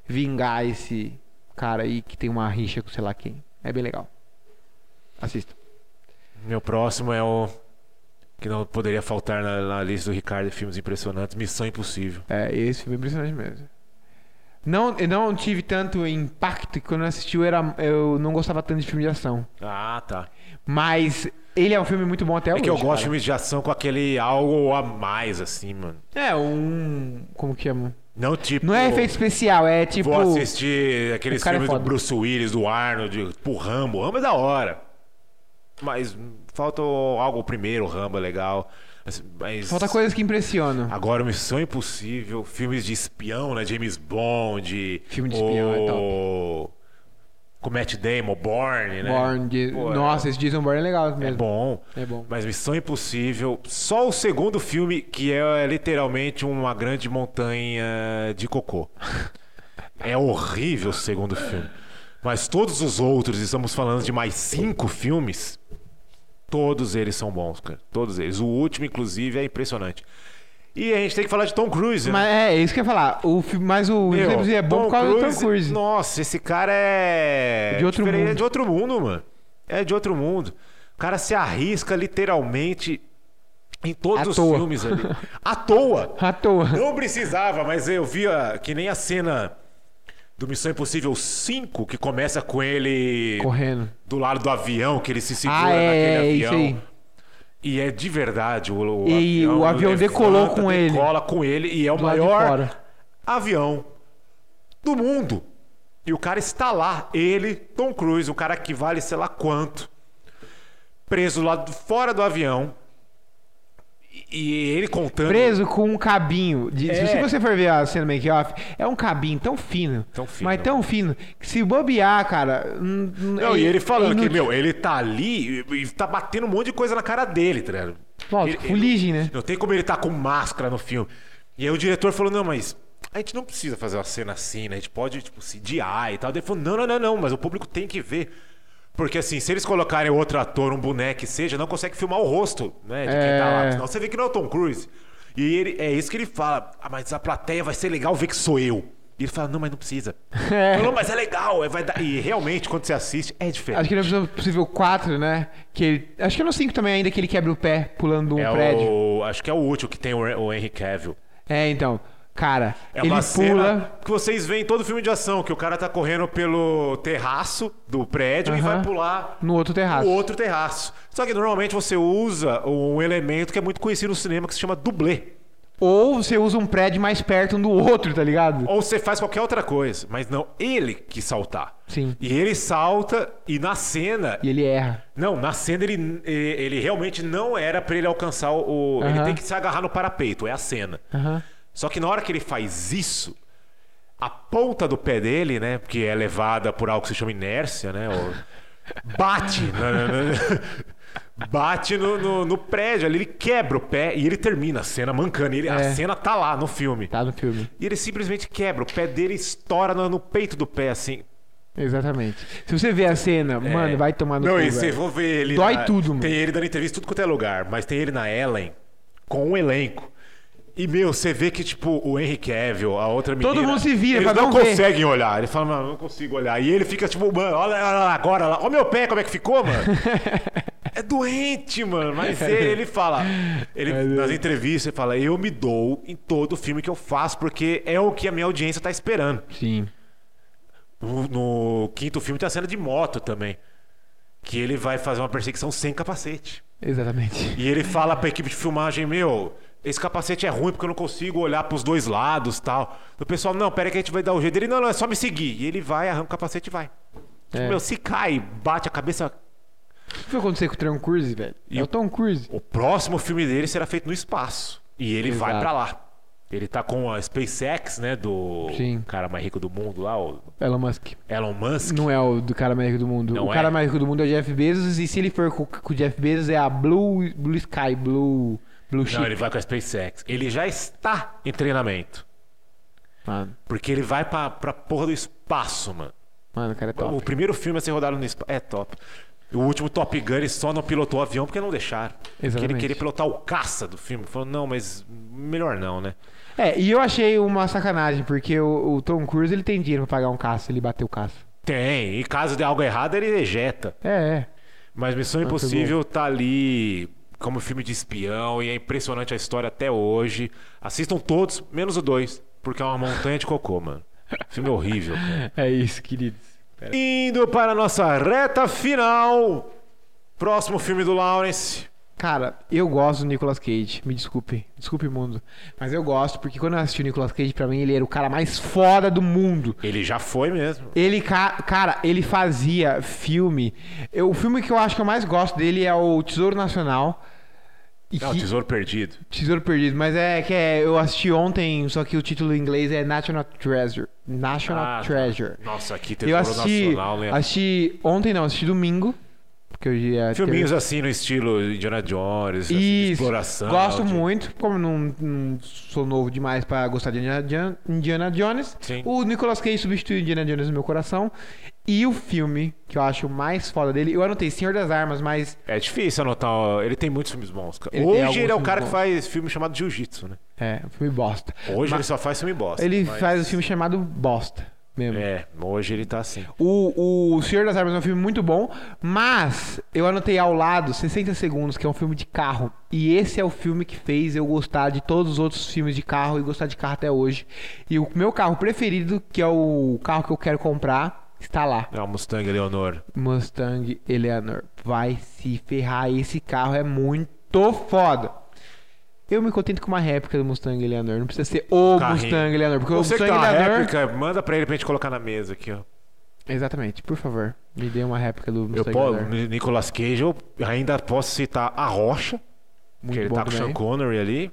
Speaker 2: vingar esse cara aí que tem uma rixa com sei lá quem. É bem legal. Assista.
Speaker 1: Meu próximo é o. Que não poderia faltar na, na lista do Ricardo de filmes impressionantes, Missão Impossível.
Speaker 2: É, esse filme é impressionante mesmo. Não, eu não tive tanto impacto que quando eu assisti eu, era, eu não gostava tanto de filme de ação.
Speaker 1: Ah, tá.
Speaker 2: Mas ele é um filme muito bom até
Speaker 1: É
Speaker 2: hoje.
Speaker 1: que eu gosto de
Speaker 2: cara.
Speaker 1: filmes de ação com aquele algo a mais, assim, mano.
Speaker 2: É, um. Como que chama?
Speaker 1: Não tipo.
Speaker 2: Não é efeito especial, é tipo.
Speaker 1: Vou assistir aqueles
Speaker 2: o cara é
Speaker 1: filmes do
Speaker 2: foda.
Speaker 1: Bruce Willis, do Arnold, pro Rambo. Rambo é da hora. Mas hum, falta o- algo primeiro, o Rambo é legal. Mas- Mas.
Speaker 2: Falta coisas que impressionam.
Speaker 1: Agora, Missão Impossível, filmes de espião, né? James Bond.
Speaker 2: Filme de espião é
Speaker 1: top. Com Matt Damon, Born, né?
Speaker 2: Bourne, de-
Speaker 1: Pô, é-
Speaker 2: Nossa, esse Jason Bourne é legal
Speaker 1: É
Speaker 2: mesmo.
Speaker 1: bom.
Speaker 2: É bom.
Speaker 1: Mas Missão Impossível, só o segundo filme, que é literalmente uma grande montanha de cocô. é horrível o segundo filme. Mas todos os outros, e estamos falando de mais cinco filmes, todos eles são bons, cara. Todos eles. O último, inclusive, é impressionante. E a gente tem que falar de Tom Cruise,
Speaker 2: Mas
Speaker 1: né?
Speaker 2: é isso que eu ia falar. O filme, mas o
Speaker 1: Meu,
Speaker 2: James é bom por causa do Tom Cruise.
Speaker 1: Nossa, esse cara é.
Speaker 2: De outro
Speaker 1: diferente- É
Speaker 2: mundo.
Speaker 1: de outro mundo, mano. É de outro mundo. O cara se arrisca literalmente em todos
Speaker 2: À
Speaker 1: os
Speaker 2: toa.
Speaker 1: filmes ali. à toa!
Speaker 2: À toa.
Speaker 1: Não precisava, mas eu via que nem a cena do Missão Impossível 5, que começa com ele
Speaker 2: Correndo.
Speaker 1: do lado do avião, que ele se segura
Speaker 2: Ah, é,
Speaker 1: naquele
Speaker 2: é isso
Speaker 1: avião.
Speaker 2: aí.
Speaker 1: E é de verdade o, o é
Speaker 2: E o avião decolou com ele.
Speaker 1: Decola com ele e é o
Speaker 2: Do lado de
Speaker 1: maior
Speaker 2: fora.
Speaker 1: avião do mundo. E o cara está lá, ele, Tom Cruise, o cara que vale sei lá quanto, preso lá de fora do avião. E- E ele contando.
Speaker 2: Preso com um cabinho. de-
Speaker 1: É.
Speaker 2: Se você- você for ver a cena make-off, é um cabinho tão fino.
Speaker 1: Tão fino.
Speaker 2: Mas tão fino. Que se bobear, cara. n- n-
Speaker 1: Não,
Speaker 2: é-
Speaker 1: e ele
Speaker 2: é
Speaker 1: falando que,
Speaker 2: inútil.
Speaker 1: meu, ele tá ali e, e tá batendo um monte de coisa na cara dele, tá ligado?
Speaker 2: Lógico,
Speaker 1: Ele-
Speaker 2: fuligem, né?
Speaker 1: Não tem como ele tá com máscara no filme. E aí o diretor falou, não, mas a gente não precisa fazer uma cena assim, né? A gente pode, tipo, CGI e tal. Ele falou, não, não, não, não, mas o público tem que ver. Porque, assim, se eles colocarem outro ator, um boneco que seja, não consegue filmar o rosto, né? De quem tá lá.
Speaker 2: É.
Speaker 1: Senão você vê que não é o Tom Cruise. E ele, é isso que ele fala. Ah, mas a plateia vai ser legal ver que sou eu. E ele fala, não, mas não precisa.
Speaker 2: É.
Speaker 1: Não, mas é legal. é, vai dar- E realmente, quando você assiste, é diferente.
Speaker 2: Acho que ele é possível 4, né? Que ele... Acho que é no 5 também, ainda que ele quebra o pé pulando de um
Speaker 1: é
Speaker 2: prédio.
Speaker 1: O, acho que é o útil que tem o, o Henry Cavill.
Speaker 2: É, então. Cara,
Speaker 1: É
Speaker 2: ele
Speaker 1: uma
Speaker 2: pula.
Speaker 1: cena que vocês veem em todo filme de ação, que o cara tá correndo pelo terraço do prédio e
Speaker 2: Aham.
Speaker 1: vai pular
Speaker 2: No outro terraço.
Speaker 1: o outro terraço. Só que normalmente você usa um elemento que é muito conhecido no cinema que se chama dublê.
Speaker 2: Ou você usa um prédio mais perto um do outro, tá ligado?
Speaker 1: Ou você faz qualquer outra coisa, mas não ele que saltar.
Speaker 2: Sim.
Speaker 1: E ele salta e na cena.
Speaker 2: E ele erra.
Speaker 1: Não, na cena ele, ele realmente não era pra ele alcançar o. Ele
Speaker 2: Aham.
Speaker 1: tem que se agarrar no parapeito, é a cena.
Speaker 2: Aham.
Speaker 1: Só que na hora que ele faz isso, a ponta do pé dele, né? Que é levada por algo que se chama inércia, né? ou- Bate! na- na- na- Bate no, no- no prédio ali, ele quebra o pé e ele termina a cena mancando. E ele- A
Speaker 2: É.
Speaker 1: cena tá lá no filme.
Speaker 2: Tá no filme.
Speaker 1: E ele simplesmente quebra, o pé dele estoura no, no peito do pé, assim.
Speaker 2: Exatamente. Se você ver a cena, mano, vai tomar no
Speaker 1: É. Não,
Speaker 2: cu,
Speaker 1: e você
Speaker 2: velho.
Speaker 1: for ver ele.
Speaker 2: Dói
Speaker 1: na-
Speaker 2: tudo, mano.
Speaker 1: Tem ele dando entrevista em tudo quanto é lugar, mas tem ele na Ellen com um elenco. E, meu, você vê que, tipo, o Henry Cavill, a outra menina...
Speaker 2: Todo mundo se vira
Speaker 1: Eles
Speaker 2: pra
Speaker 1: não
Speaker 2: não ver.
Speaker 1: conseguem olhar. Ele fala, mano, não consigo olhar. E ele fica, tipo, mano, olha, olha lá, agora, lá. olha o meu pé, como é que ficou, mano. é doente, mano. Mas ele, ele fala... Ele,
Speaker 2: É
Speaker 1: nas
Speaker 2: doente.
Speaker 1: entrevistas, ele fala, eu me dou em todo filme que eu faço, porque é o que a minha audiência tá esperando.
Speaker 2: Sim.
Speaker 1: No, no quinto filme tem a cena de moto também. Que ele vai fazer uma perseguição sem capacete.
Speaker 2: Exatamente.
Speaker 1: E ele fala pra equipe de filmagem, meu, esse capacete é ruim porque eu não consigo olhar pros dois lados tal. O pessoal, não, pera aí que a gente vai dar o jeito dele. Não, não, é só me seguir. E ele vai, arranca o capacete e vai. Tipo,
Speaker 2: É.
Speaker 1: Meu, se cai, bate a cabeça.
Speaker 2: O que foi acontecer com o Tom Cruise, velho?
Speaker 1: E
Speaker 2: é o
Speaker 1: o-
Speaker 2: Tom Cruise.
Speaker 1: O próximo filme dele será feito no espaço. E ele vai
Speaker 2: Exato.
Speaker 1: pra lá. Ele tá com a SpaceX, né, do
Speaker 2: Sim.
Speaker 1: cara mais rico do mundo lá, o
Speaker 2: Elon Musk.
Speaker 1: Elon Musk.
Speaker 2: Não é o do cara mais rico do mundo.
Speaker 1: Não
Speaker 2: o
Speaker 1: é?
Speaker 2: cara mais rico do mundo é o Jeff Bezos. E se ele for com, com o Jeff Bezos, é a Blue, Blue Sky, Blue, Blue Chip.
Speaker 1: Não, ele vai com a SpaceX. Ele já está em treinamento.
Speaker 2: Mano,
Speaker 1: Porque ele vai pra, pra porra do espaço, mano.
Speaker 2: mano, o cara é
Speaker 1: O
Speaker 2: top.
Speaker 1: primeiro filme a ser rodado no espaço. É top. O último Top Gun ele só não pilotou o avião porque não deixaram. Porque ele
Speaker 2: Exatamente.
Speaker 1: queria pilotar o caça do filme. Falou, não, mas melhor não, né?
Speaker 2: É, e eu achei uma sacanagem, porque o, o Tom Cruise, ele tem dinheiro pra pagar um caça, ele bateu o caça.
Speaker 1: Tem, e caso de algo errado, ele ejeta.
Speaker 2: É, é.
Speaker 1: Mas Missão
Speaker 2: foi
Speaker 1: Impossível tá ali como filme de espião e é impressionante a história até hoje. Assistam todos, menos o dois, porque é uma montanha de cocô, mano. Filme horrível. cara.
Speaker 2: É isso, queridos.
Speaker 1: Indo para a nossa reta final. Próximo filme do Lawrence.
Speaker 2: Cara, eu gosto do Nicolas Cage, me desculpe, desculpe mundo. Mas eu gosto, porque quando eu assisti o Nicolas Cage, pra mim ele era o cara mais foda do mundo.
Speaker 1: Ele já foi mesmo.
Speaker 2: Ele, ca- cara, ele fazia filme. Eu- o filme que eu acho que eu mais gosto dele é o Tesouro Nacional. E
Speaker 1: Não,
Speaker 2: que-
Speaker 1: É Tesouro Perdido.
Speaker 2: Tesouro Perdido, mas é que é- eu assisti ontem, só que o título em inglês é National Treasure. National
Speaker 1: Ah,
Speaker 2: Treasure.
Speaker 1: tá. Nossa, aqui
Speaker 2: Eu
Speaker 1: Tesouro
Speaker 2: assisti,
Speaker 1: Nacional, né?
Speaker 2: assisti ontem, não, assisti domingo. Porque hoje é.
Speaker 1: Filminhos assim no estilo Indiana Jones, assim, de
Speaker 2: Isso.
Speaker 1: exploração.
Speaker 2: Gosto
Speaker 1: de-
Speaker 2: muito, como não, não sou novo demais pra gostar de Indiana, Jon- Indiana Jones.
Speaker 1: Sim.
Speaker 2: O Nicolas Cage substituiu Indiana Jones no meu coração. E o filme que eu acho mais foda dele, eu anotei Senhor das Armas, mas
Speaker 1: É difícil anotar. ó, Ele tem muitos filmes bons. cara.
Speaker 2: Ele tem alguns
Speaker 1: Hoje ele é o
Speaker 2: filmes
Speaker 1: cara que
Speaker 2: bons.
Speaker 1: faz filme chamado Jiu-Jitsu, né?
Speaker 2: é, um filme bosta.
Speaker 1: Hoje
Speaker 2: Mas
Speaker 1: ele só faz filme bosta.
Speaker 2: ele
Speaker 1: mas-
Speaker 2: faz um filme chamado Bosta mesmo.
Speaker 1: É, hoje ele tá assim.
Speaker 2: O, o Senhor das Armas é um filme muito bom, mas eu anotei ao lado 60 Segundos, que é um filme de carro. E esse é o filme que fez eu gostar de todos os outros filmes de carro e gostar de carro até hoje. E o meu carro preferido, que é o carro que eu quero comprar, está lá.
Speaker 1: É o Mustang Leonor.
Speaker 2: Mustang Eleanor. Vai se ferrar, esse carro é muito foda. Eu me contento com uma réplica do Mustang Eleanor. Não precisa ser o
Speaker 1: Carrinho.
Speaker 2: Mustang Eleanor, porque
Speaker 1: Você
Speaker 2: o
Speaker 1: que tem
Speaker 2: Mustang
Speaker 1: uma
Speaker 2: Eleanor...
Speaker 1: réplica, manda pra ele pra gente colocar na mesa aqui, ó.
Speaker 2: Exatamente, por favor, me dê uma réplica do
Speaker 1: Eu
Speaker 2: Mustang
Speaker 1: posso,
Speaker 2: Eleanor.
Speaker 1: Nicolas Cage, eu ainda posso citar A Rocha, que
Speaker 2: Muito
Speaker 1: ele
Speaker 2: bom
Speaker 1: tá com o Sean
Speaker 2: também.
Speaker 1: Connery ali,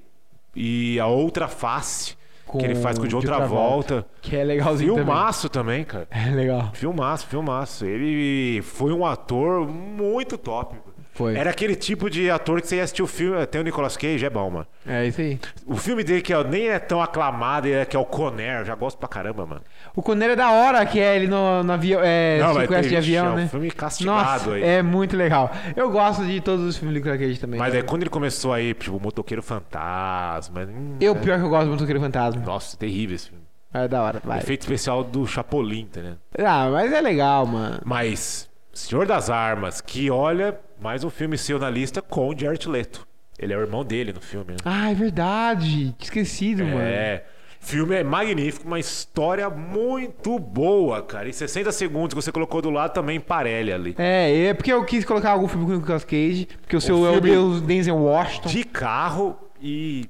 Speaker 1: e A Outra Face,
Speaker 2: Com
Speaker 1: que ele faz com o de
Speaker 2: o John
Speaker 1: outra
Speaker 2: Travolta.
Speaker 1: volta.
Speaker 2: Que é legalzinho também.
Speaker 1: Filmaço também, cara.
Speaker 2: É legal.
Speaker 1: Filmaço, filmaço. Ele foi um ator muito top.
Speaker 2: Foi.
Speaker 1: Era aquele tipo de ator que você ia assistir o filme, até o Nicolas Cage é bom, mano.
Speaker 2: É isso aí.
Speaker 1: O filme dele que é- nem é tão aclamado, é que é o Conner, eu já gosto pra caramba, mano.
Speaker 2: O Conner é da hora, que é ele no, no avião. É,
Speaker 1: Não, mas
Speaker 2: sequestro de
Speaker 1: tem- é
Speaker 2: avião,
Speaker 1: um
Speaker 2: né?
Speaker 1: filme castigado
Speaker 2: Nossa,
Speaker 1: aí.
Speaker 2: é muito legal. Eu gosto de todos os filmes do Nicolas Cage também.
Speaker 1: Mas
Speaker 2: eu,
Speaker 1: é quando ele começou aí, tipo, Motoqueiro Fantasma. hum,
Speaker 2: eu,
Speaker 1: é-
Speaker 2: pior que eu gosto do Motoqueiro Fantasma.
Speaker 1: Nossa, terrível esse filme.
Speaker 2: É da hora, vai.
Speaker 1: Efeito especial do Chapolin, tá né?
Speaker 2: Ah, mas é legal, mano.
Speaker 1: Mas Senhor das Armas, que olha mais um filme seu na lista com o Jared Leto. Ele é o irmão dele no filme, né?
Speaker 2: Ah, é verdade. Tinha Esquecido, Ah, mano.
Speaker 1: É. Filme é magnífico, uma história muito boa, cara. E 60 segundos que você colocou do lado também emparelha ali.
Speaker 2: É, é porque eu quis colocar algum filme com o Nicolas Cage, porque o seu é o
Speaker 1: filme-
Speaker 2: Deus Denzel Washington.
Speaker 1: De carro e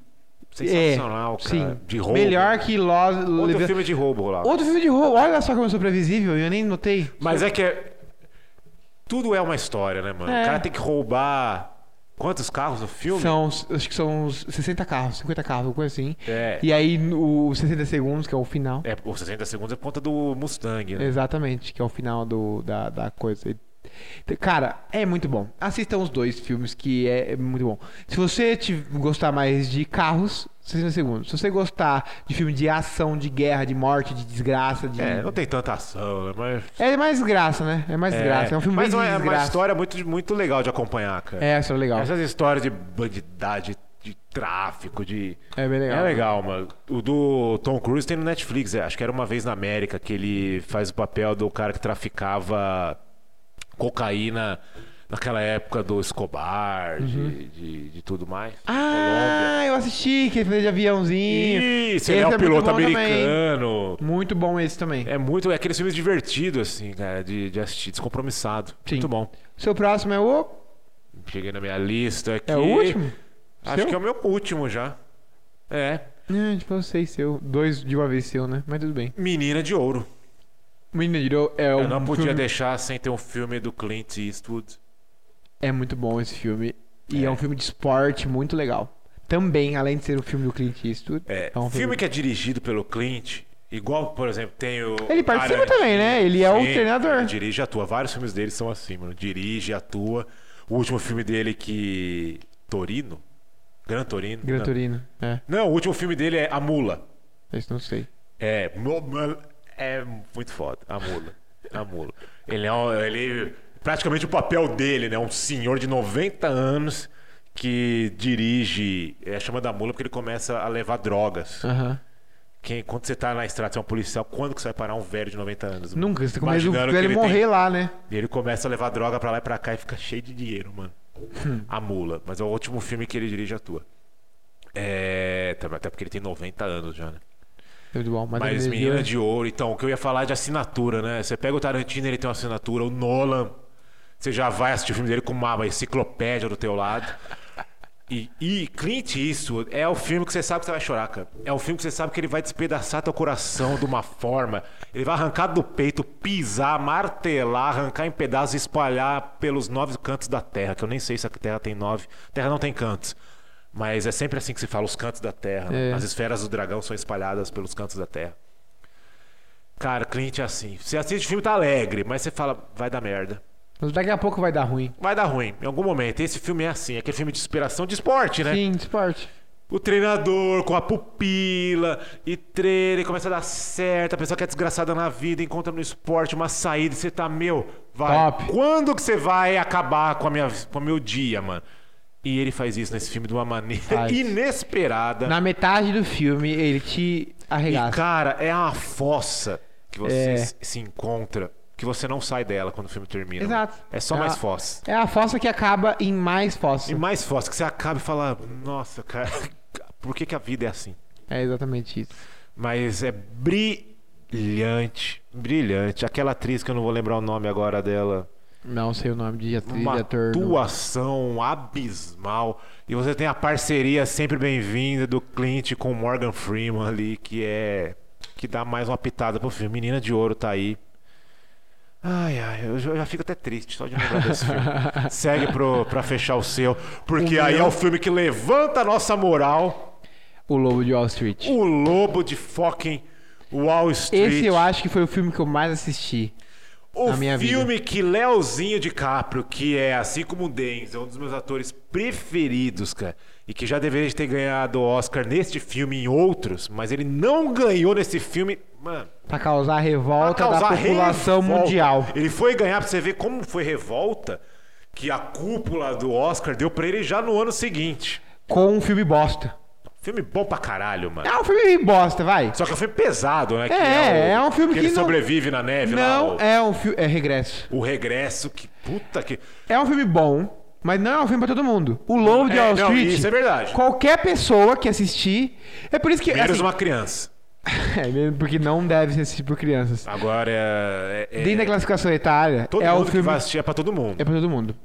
Speaker 1: sensacional,
Speaker 2: é,
Speaker 1: cara.
Speaker 2: Sim.
Speaker 1: De roubo.
Speaker 2: Melhor que Lost...
Speaker 1: Outro
Speaker 2: Levi-
Speaker 1: filme de roubo lá.
Speaker 2: Outro filme de roubo. Olha só como eu sou previsível, eu nem notei.
Speaker 1: Mas é que é... tudo é uma história, né, mano?
Speaker 2: É.
Speaker 1: O cara tem que roubar quantos carros no filme?
Speaker 2: São, os- acho que são uns 60 carros, 50 carros, alguma coisa assim.
Speaker 1: É.
Speaker 2: E aí no- os 60 segundos, que é o final.
Speaker 1: É, os 60 segundos é por conta do Mustang, né?
Speaker 2: Exatamente, que é o final do, da, da coisa. Ele Cara, é muito bom. Assistam os dois filmes, que é muito bom. Se você te- gostar mais de carros, 60 segundos. Se você gostar de filme de ação, de guerra, de morte, de desgraça, de.
Speaker 1: É, não tem tanta ação, né, mas.
Speaker 2: É mais graça, né? É mais graça. É um filme
Speaker 1: mas é
Speaker 2: bem de
Speaker 1: uma- é uma
Speaker 2: desgraça.
Speaker 1: história muito, muito legal de acompanhar, cara.
Speaker 2: É, isso é legal.
Speaker 1: Essas histórias de bandidade, de tráfico, de.
Speaker 2: É bem legal.
Speaker 1: É legal, mano. O do Tom Cruise tem no Netflix, é, acho que era uma vez na América que ele faz o papel do cara que traficava cocaína naquela época do Escobar, de, de, de tudo mais.
Speaker 2: Uhum. Ah, eu assisti, que ele fez de aviããozinho.
Speaker 1: Isso,
Speaker 2: Esse
Speaker 1: ele é
Speaker 2: é
Speaker 1: um
Speaker 2: muito
Speaker 1: piloto
Speaker 2: bom também.
Speaker 1: americano.
Speaker 2: Muito bom esse também.
Speaker 1: É muito. É aqueles filmes divertidos, assim, cara, de, de assistir, descompromissado.
Speaker 2: Sim.
Speaker 1: Muito bom.
Speaker 2: Seu próximo é o.
Speaker 1: Cheguei na minha lista aqui.
Speaker 2: É o último?
Speaker 1: Acho
Speaker 2: Seu?
Speaker 1: que é o meu último já. É.
Speaker 2: Ah, tipo, eu sei seu. Dois de uma vez seu, né? Mas tudo bem.
Speaker 1: Menina de Ouro.
Speaker 2: Menina de Ouro é
Speaker 1: Eu
Speaker 2: um
Speaker 1: não podia
Speaker 2: filme-
Speaker 1: deixar sem ter um filme do Clint Eastwood.
Speaker 2: É muito bom esse filme. E
Speaker 1: É.
Speaker 2: é. um filme de esporte muito legal. Também, além de ser um filme do Clint Eastwood.
Speaker 1: É,
Speaker 2: É um
Speaker 1: filme
Speaker 2: filme-
Speaker 1: que é dirigido pelo Clint, igual, por exemplo, tem o.
Speaker 2: Ele participa também, né? Ele é o treinador.
Speaker 1: Ele dirige e atua. Vários filmes dele são assim, mano. Dirige, atua. O último filme dele que. Torino? Gran Torino?
Speaker 2: Gran
Speaker 1: não.
Speaker 2: Torino. É,
Speaker 1: Não, o último filme dele é A Mula.
Speaker 2: esse não sei.
Speaker 1: É. mo- mo- É muito foda. A Mula. A Mula. Ele é um, ele, praticamente o papel dele, né? Um senhor de 90 anos que dirige. É chama da Mula porque ele começa a levar drogas.
Speaker 2: Aham.
Speaker 1: Quem, quando você tá na estrada, você é um policial, quando que você vai parar um velho de 90 anos? mano?
Speaker 2: Nunca, você começa
Speaker 1: Imaginando que
Speaker 2: ele
Speaker 1: tem-
Speaker 2: morrer lá, né?
Speaker 1: E ele começa a levar droga pra lá e pra cá e fica cheio de dinheiro, mano.
Speaker 2: Hum.
Speaker 1: A mula. Mas é o último filme que ele dirige e atua. É. tá- Até porque ele tem 90 anos já, né?
Speaker 2: Muito bom. Mas, né?
Speaker 1: Mas
Speaker 2: Menina de
Speaker 1: Menina
Speaker 2: Ouro-
Speaker 1: de Ouro, então, o que eu ia falar é de assinatura, né? Você pega o Tarantino, ele tem uma assinatura, o Nolan, você já vai assistir o filme dele com uma enciclopédia do teu lado. E, e Clint Eastwood é o filme que você sabe que você vai chorar, cara. É um filme que você sabe que ele vai despedaçar teu coração de uma forma. Ele vai arrancar do peito, pisar, martelar, arrancar em pedaços e espalhar pelos nove cantos da Terra, que eu nem sei se a Terra tem nove. Terra não tem cantos. Mas é sempre assim que se fala, os cantos da Terra. né?
Speaker 2: É.
Speaker 1: As esferas do dragão são espalhadas pelos cantos da Terra. Cara, Clint é assim. Você assiste o filme, tá alegre, mas você fala, vai dar merda.
Speaker 2: Mas daqui a pouco vai dar ruim.
Speaker 1: Vai dar ruim, em algum momento. Esse filme é assim, é aquele filme de inspiração de esporte, né?
Speaker 2: Sim, de esporte.
Speaker 1: O treinador com a pupila e treina e começa a dar certo. A pessoa que é desgraçada na vida encontra no esporte uma saída e você tá, meu, vai.
Speaker 2: Top.
Speaker 1: Quando que você vai acabar com, a minha, com o meu dia, mano? E ele faz isso nesse filme de uma maneira
Speaker 2: Faz.
Speaker 1: inesperada.
Speaker 2: Na metade do filme, ele te
Speaker 1: E,
Speaker 2: arregaça.
Speaker 1: cara, é uma fossa que você
Speaker 2: É.
Speaker 1: se- se encontra, que você não sai dela quando o filme termina.
Speaker 2: Exato.
Speaker 1: É só
Speaker 2: É
Speaker 1: mais
Speaker 2: a-
Speaker 1: fossa.
Speaker 2: É a fossa que acaba em mais
Speaker 1: E
Speaker 2: fossa.
Speaker 1: mais fossa, que você acaba e fala, nossa, cara, por que, que a vida é assim?
Speaker 2: É exatamente isso.
Speaker 1: Mas é brilhante, brilhante. Aquela atriz que eu não vou lembrar o nome agora dela,
Speaker 2: Não sei o nome de atriz,
Speaker 1: uma
Speaker 2: de ator. não-
Speaker 1: atuação abismal. E você tem a parceria sempre bem-vinda do Clint com o Morgan Freeman ali, que é que dá mais uma pitada pro filme. Menina de Ouro tá aí. Ai, ai, eu já eu já fico até triste só de lembrar desse filme. Segue pro, pra fechar o seu, porque
Speaker 2: O
Speaker 1: aí é
Speaker 2: meu-
Speaker 1: o filme que levanta a nossa moral.
Speaker 2: O Lobo de Wall Street.
Speaker 1: O Lobo de fucking Wall Street.
Speaker 2: Esse eu acho que foi o filme que eu mais assisti.
Speaker 1: O
Speaker 2: na minha
Speaker 1: filme que Leozinho DiCaprio, que é assim como o Denzel, um dos meus atores preferidos, cara, e que já deveria ter ganhado o Oscar neste filme e em outros, mas ele não ganhou nesse filme, mano,
Speaker 2: Pra causar
Speaker 1: pra
Speaker 2: revolta
Speaker 1: causar
Speaker 2: da população
Speaker 1: revolta.
Speaker 2: mundial.
Speaker 1: Ele foi ganhar pra você ver como foi revolta que a cúpula do Oscar deu pra ele já no ano seguinte.
Speaker 2: Com um filme bosta.
Speaker 1: Filme bom pra caralho, mano.
Speaker 2: É um filme bosta, vai.
Speaker 1: Só que é um filme pesado, né? que
Speaker 2: É, é um filme
Speaker 1: ele
Speaker 2: que não-
Speaker 1: sobrevive na neve lá.
Speaker 2: Não
Speaker 1: o-
Speaker 2: é um filme. É regresso.
Speaker 1: O regresso, que puta que.
Speaker 2: É um filme bom, mas não é um filme pra todo mundo. O Lobo de
Speaker 1: É,
Speaker 2: Wall
Speaker 1: não,
Speaker 2: Street.
Speaker 1: isso é verdade.
Speaker 2: Qualquer pessoa que assistir. É por isso que.
Speaker 1: Menos
Speaker 2: assim,
Speaker 1: uma criança.
Speaker 2: é mesmo porque não deve ser assistido por crianças.
Speaker 1: Agora é. é- é-
Speaker 2: Dentro da classificação etária,
Speaker 1: Todo
Speaker 2: é
Speaker 1: mundo
Speaker 2: o
Speaker 1: que
Speaker 2: filme
Speaker 1: vai assistir é pra todo mundo.
Speaker 2: É pra todo mundo.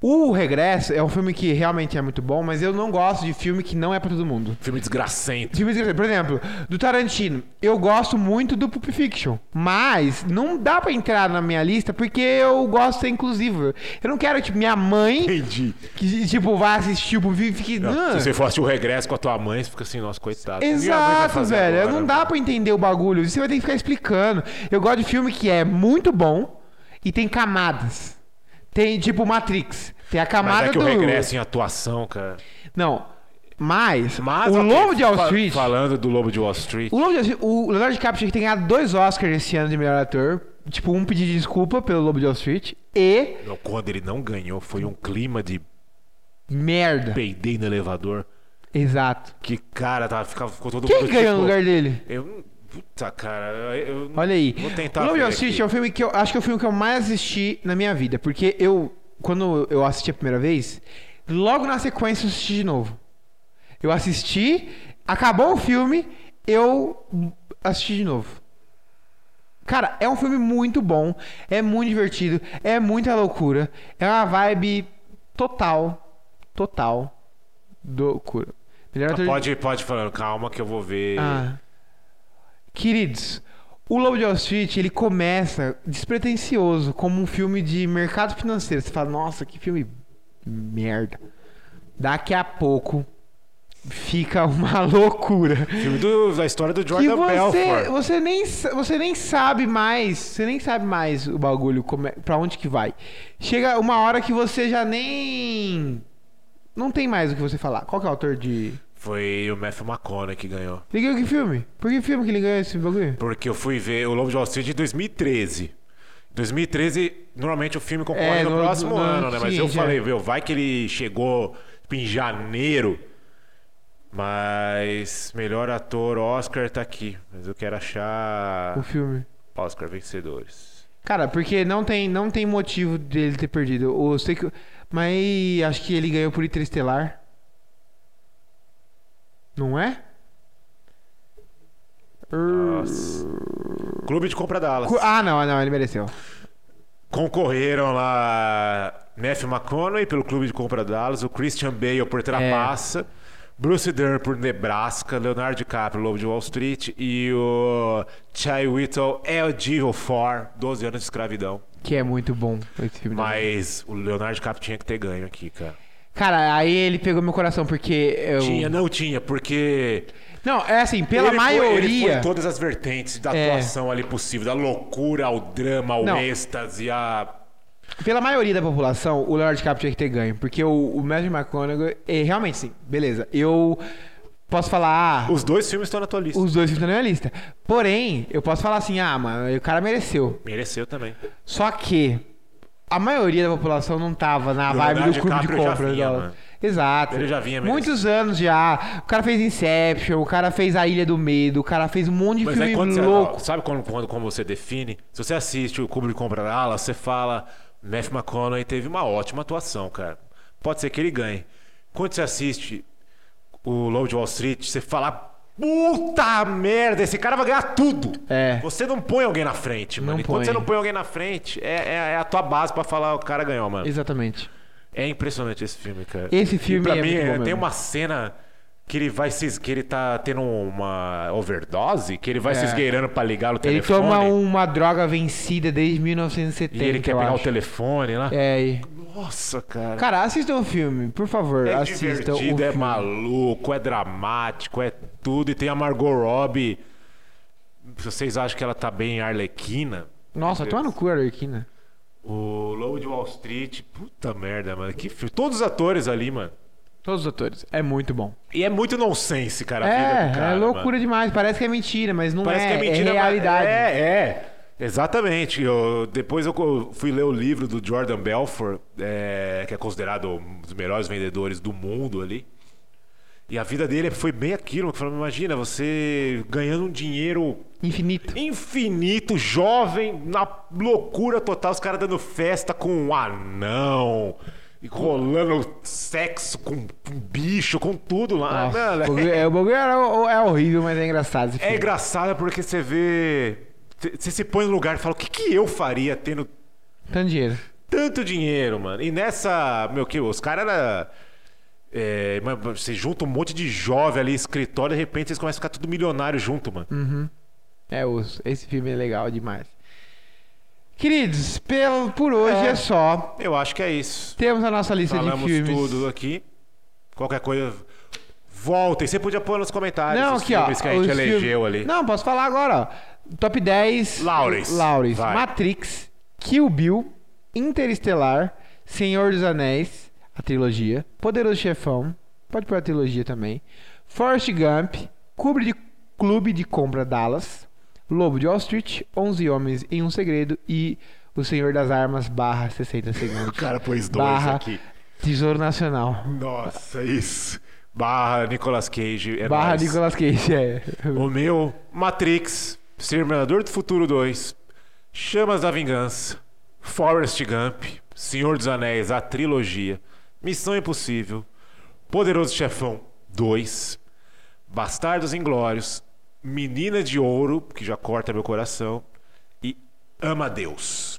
Speaker 2: O Regresso é um filme que realmente é muito bom, mas eu não gosto de filme que não é pra todo mundo.
Speaker 1: Filme desgracento.
Speaker 2: Filmes, Por exemplo, do Tarantino. Eu gosto muito do Pulp Fiction. Mas não dá pra entrar na minha lista porque eu gosto de ser inclusivo. Eu não quero que minha mãe,
Speaker 1: Entendi.
Speaker 2: que, tipo, vá assistir o Pulp Fiction e fique. "Ah".
Speaker 1: Se você for assistir o regresso com a tua mãe, você fica assim, nossa, coitado. Minha mãe vai
Speaker 2: Exato,
Speaker 1: fazer
Speaker 2: velho.
Speaker 1: agora, né?"
Speaker 2: não dá
Speaker 1: mano.
Speaker 2: pra entender o bagulho. Você vai ter que ficar explicando. Eu gosto de filme que é muito bom e tem camadas. Tem tipo Matrix. Tem a camada
Speaker 1: Mas é que
Speaker 2: do.
Speaker 1: o regresso em atuação, cara.
Speaker 2: Não. Mas,
Speaker 1: Mas,
Speaker 2: o
Speaker 1: ok,
Speaker 2: Lobo de Wall
Speaker 1: fa-
Speaker 2: Street.
Speaker 1: Falando do Lobo de Wall Street.
Speaker 2: O Lobo de Wall Street, o Leonardo DiCaprio tinha que ganhar dois Oscars esse ano de melhor ator. Tipo, um pedir desculpa pelo Lobo de Wall Street e
Speaker 1: Não, Quando ele não ganhou, foi um clima de
Speaker 2: merda.
Speaker 1: peidei no elevador.
Speaker 2: Exato.
Speaker 1: Que cara, tá, fica, ficou todo
Speaker 2: Quem
Speaker 1: mundo
Speaker 2: ganhou no
Speaker 1: tipo,
Speaker 2: lugar dele?
Speaker 1: Eu. Puta, cara. eu- eu-
Speaker 2: Olha aí.
Speaker 1: Vou tentar
Speaker 2: O Lobo de
Speaker 1: ver
Speaker 2: Wall Street
Speaker 1: aqui.
Speaker 2: é um filme que eu acho que é o filme que eu mais assisti na minha vida, porque eu quando eu assisti a primeira vez, logo na sequência eu assisti de novo. Eu assisti, acabou o filme, eu assisti de novo. Cara, é um filme muito bom, é muito divertido, é muita loucura, é uma vibe total, total do loucura. Melhor ator de-
Speaker 1: Pode, pode falando, calma que eu vou ver.
Speaker 2: ah. Queridos, o Lobo de Wall Street, ele começa despretensioso, como um filme de mercado financeiro. Você fala, nossa, que filme merda. Daqui a pouco fica uma loucura.
Speaker 1: Filme do- da história do
Speaker 2: Que
Speaker 1: Jordan
Speaker 2: você,
Speaker 1: Belfort.
Speaker 2: você, nem, sa- você nem sabe mais, você nem sabe mais o bagulho, como é- pra onde que vai. Chega uma hora que você já nem... Não tem mais o que você falar. Qual que é o autor de...
Speaker 1: Foi o Matthew McConaughey que ganhou.
Speaker 2: Liguei que filme? Por que filme que ele ganhou esse bagulho?
Speaker 1: Porque eu fui ver o Lobo de Wall Street em 2013. 2013, normalmente o filme concorre
Speaker 2: É,
Speaker 1: no,
Speaker 2: no-
Speaker 1: próximo
Speaker 2: no
Speaker 1: ano,
Speaker 2: ano
Speaker 1: né? Mas eu
Speaker 2: seguinte,
Speaker 1: falei,
Speaker 2: é.
Speaker 1: meu, vai que ele chegou tipo, em janeiro. Mas melhor ator Oscar tá aqui. Mas eu quero
Speaker 2: O
Speaker 1: achar
Speaker 2: filme.
Speaker 1: Oscar vencedores.
Speaker 2: Cara, porque não tem, não tem motivo dele ter perdido. Eu sei que, mas acho que ele ganhou por Interestelar. Não é?
Speaker 1: Nossa. Clube de Compra Dallas.
Speaker 2: Cu- Ah, não, ah, não, ele mereceu.
Speaker 1: Concorreram lá Matthew McConaughey pelo Clube de Compra Dallas, o Christian Bale por
Speaker 2: É.
Speaker 1: Trapaça, Bruce Dern por Nebraska, Leonardo DiCaprio, Lobo de Wall Street e o Chai Whittle El Giro For, 12 anos de escravidão.
Speaker 2: Que é muito bom esse filme. né?
Speaker 1: Mas o Leonardo DiCaprio tinha que ter ganho aqui, cara.
Speaker 2: Cara, aí ele pegou meu coração, porque eu.
Speaker 1: Tinha, não tinha, porque.
Speaker 2: Não, é assim, pela
Speaker 1: ele foi- ele foi
Speaker 2: maioria.
Speaker 1: em todas as vertentes da
Speaker 2: É.
Speaker 1: atuação ali possível, da loucura ao drama, ao
Speaker 2: Não.
Speaker 1: êxtase, a.
Speaker 2: Pela maioria da população, o Leonardo DiCaprio tinha que ter ganho. Porque o, o Matthew McConaughey. é, Realmente, sim, beleza. Eu posso falar. ah,
Speaker 1: Os dois filmes estão na tua lista.
Speaker 2: Os dois estão na minha lista. Porém, eu posso falar assim, ah, mano, o cara mereceu.
Speaker 1: Mereceu também.
Speaker 2: Só que a maioria da população não tava
Speaker 1: E
Speaker 2: na
Speaker 1: o
Speaker 2: vibe do
Speaker 1: Leonardo
Speaker 2: clube de
Speaker 1: DiCaprio tá, já
Speaker 2: compras.
Speaker 1: vinha,
Speaker 2: dela.
Speaker 1: mano.
Speaker 2: Exato.
Speaker 1: Ele já vinha merecendo.
Speaker 2: Muitos anos já. O cara fez Inception, o cara fez A Ilha do Medo, o cara fez um monte de
Speaker 1: Mas aí
Speaker 2: filme
Speaker 1: quando você,
Speaker 2: louco.
Speaker 1: sabe quando, quando, como você define? Se você assiste o Kubrick compra ala, você fala, Matthew McConaughey teve uma ótima atuação, cara. Pode ser que ele ganhe. Quando você assiste o Lobo de Wall Street, você fala, puta merda, esse cara vai ganhar tudo.
Speaker 2: É.
Speaker 1: Você não põe alguém na frente, mano.
Speaker 2: Não
Speaker 1: e quando
Speaker 2: põe.
Speaker 1: você não põe alguém na frente, é, é, é a tua base pra falar o cara ganhou, mano.
Speaker 2: Exatamente.
Speaker 1: É impressionante esse filme, cara.
Speaker 2: Esse
Speaker 1: E
Speaker 2: filme
Speaker 1: pra
Speaker 2: é
Speaker 1: mim,
Speaker 2: muito bom
Speaker 1: tem
Speaker 2: mesmo.
Speaker 1: uma cena que ele vai se es- que ele tá tendo uma overdose, que ele vai se
Speaker 2: É.
Speaker 1: esgueirando pra ligar o
Speaker 2: Ele
Speaker 1: telefone.
Speaker 2: toma uma droga vencida desde 1970.
Speaker 1: é E ele quer
Speaker 2: eu
Speaker 1: pegar o
Speaker 2: acho.
Speaker 1: telefone lá.
Speaker 2: É. e-
Speaker 1: Nossa, cara.
Speaker 2: Cara, assistam o filme, por favor.
Speaker 1: é
Speaker 2: assistam
Speaker 1: divertido,
Speaker 2: o filme.
Speaker 1: é maluco, é dramático, é tudo. E tem a Margot Robbie. Vocês acham que ela tá bem arlequina?
Speaker 2: Nossa,
Speaker 1: Meu
Speaker 2: toma no
Speaker 1: Deus.
Speaker 2: cu, Arlequina.
Speaker 1: O Lobo de Wall Street, puta merda, mano. Que filme. Todos os atores ali, mano.
Speaker 2: Todos os atores. É muito bom.
Speaker 1: E é muito nonsense, cara, a vida
Speaker 2: É,
Speaker 1: do cara.
Speaker 2: é loucura
Speaker 1: mano.
Speaker 2: demais. Parece que é mentira, mas não
Speaker 1: Parece
Speaker 2: é.
Speaker 1: que é mentira,
Speaker 2: é
Speaker 1: mas-
Speaker 2: realidade.
Speaker 1: É, é. Exatamente. Eu- depois eu co- fui ler o livro do Jordan Belfort, é, que é considerado um dos melhores vendedores do mundo ali. E a vida dele foi bem aquilo. que eu falei, Imagina, você ganhando um dinheiro
Speaker 2: Infinito.
Speaker 1: infinito, jovem, na loucura total, os caras dando festa com um anão. E rolando sexo com, com bicho, com tudo lá.
Speaker 2: Nossa,
Speaker 1: Mano,
Speaker 2: o bagulho- é, o bagulho era- é, horrível, mas é engraçado. esse
Speaker 1: é
Speaker 2: filme.
Speaker 1: engraçado porque você vê. Você se põe no lugar e fala: o que, que eu faria tendo
Speaker 2: Tanto dinheiro.
Speaker 1: tanto dinheiro, mano? E nessa. Meu que os caras era. É, mas você junta um monte de jovem ali, escritório, de repente eles começam a ficar tudo milionário junto, mano.
Speaker 2: Hum. É osso. Esse filme é legal demais. Queridos, pelo, por hoje é.
Speaker 1: É.
Speaker 2: só.
Speaker 1: Eu acho que é isso.
Speaker 2: Temos a nossa lista
Speaker 1: Falamos
Speaker 2: de filmes.
Speaker 1: tudo aqui. Qualquer coisa. Voltem. Você podia pôr nos comentários
Speaker 2: Não,
Speaker 1: os
Speaker 2: aqui, ó.
Speaker 1: filmes que a gente
Speaker 2: os
Speaker 1: elegeu
Speaker 2: filmes-
Speaker 1: ali.
Speaker 2: Não, posso falar agora, ó. Top 10.
Speaker 1: Lawrence.
Speaker 2: Lawrence.
Speaker 1: Vai.
Speaker 2: Matrix. Kill Bill. Interestelar. Senhor dos Anéis, a trilogia, Poderoso Chefão, pode pôr a trilogia também, Forrest Gump, Clube de, Clube de Compra Dallas, Lobo de Wall Street, 11 Homens em um Segredo e O Senhor das Armas, barra 60
Speaker 1: O
Speaker 2: segundos,
Speaker 1: cara pôs dois
Speaker 2: Barra.
Speaker 1: aqui.
Speaker 2: Tesouro Nacional.
Speaker 1: Nossa, isso. Barra Nicolas Cage. É
Speaker 2: barra
Speaker 1: nóis.
Speaker 2: Nicolas Cage, é.
Speaker 1: O meu, Matrix, Exterminador do Futuro 2, Chamas da Vingança, Forrest Gump, Senhor dos Anéis, a trilogia, Missão Impossível, Poderoso Chefão 2, Bastardos Inglórios, Menina de Ouro, que já corta meu coração, e Ama Deus.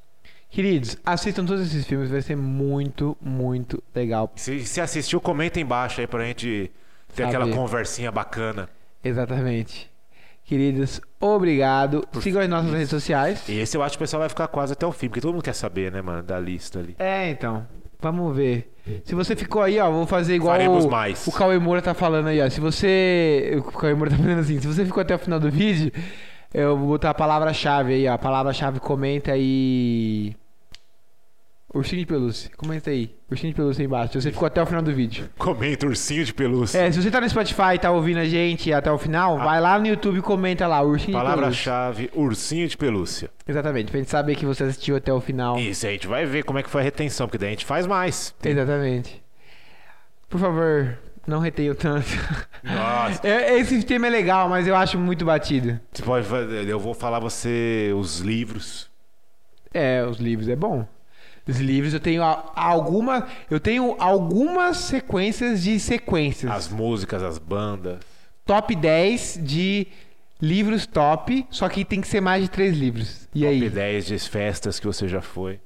Speaker 2: Queridos, assistam todos esses filmes, vai ser muito, muito legal.
Speaker 1: Se, se assistiu, comenta aí embaixo aí pra gente ter
Speaker 2: Saber.
Speaker 1: aquela conversinha bacana.
Speaker 2: Exatamente. Queridos, obrigado. Sigam as nossas redes sociais.
Speaker 1: E esse eu acho que o pessoal vai ficar quase até o fim, porque todo mundo quer saber, né, mano, da lista ali.
Speaker 2: É, então. Vamos ver. Se você ficou aí, ó, vamos fazer igual
Speaker 1: Faremos
Speaker 2: o,
Speaker 1: mais.
Speaker 2: o Cauê Moura tá falando aí, ó. Se você. O Cauê Moura tá falando assim, se você ficou até o final do vídeo, eu vou botar a palavra-chave aí, ó. A palavra-chave comenta aí. Ursinho de pelúcia. Comenta aí. Ursinho de pelúcia aí embaixo. Se você ficou até o final do vídeo.
Speaker 1: Comenta ursinho de pelúcia.
Speaker 2: É, se você tá no Spotify e tá ouvindo a gente até o final,
Speaker 1: Ah.
Speaker 2: vai lá no YouTube e comenta lá, ursinho de pelúcia.
Speaker 1: Palavra-chave, ursinho de pelúcia.
Speaker 2: Exatamente, pra gente saber que você assistiu até o final.
Speaker 1: Isso, a gente vai ver como é que foi a retenção, porque daí a gente faz mais.
Speaker 2: Exatamente. Por favor, não reteiam tanto.
Speaker 1: Nossa.
Speaker 2: É, Esse tema é legal, mas eu acho muito batido.
Speaker 1: Você pode fazer- eu vou falar você os livros.
Speaker 2: É, os livros é bom. Os livros eu tenho a- alguma, eu tenho algumas sequências de sequências.
Speaker 1: As músicas, as bandas.
Speaker 2: Top 10 de livros top, só que tem que ser mais de três livros. E
Speaker 1: top
Speaker 2: aí?
Speaker 1: 10 de festas que você já foi.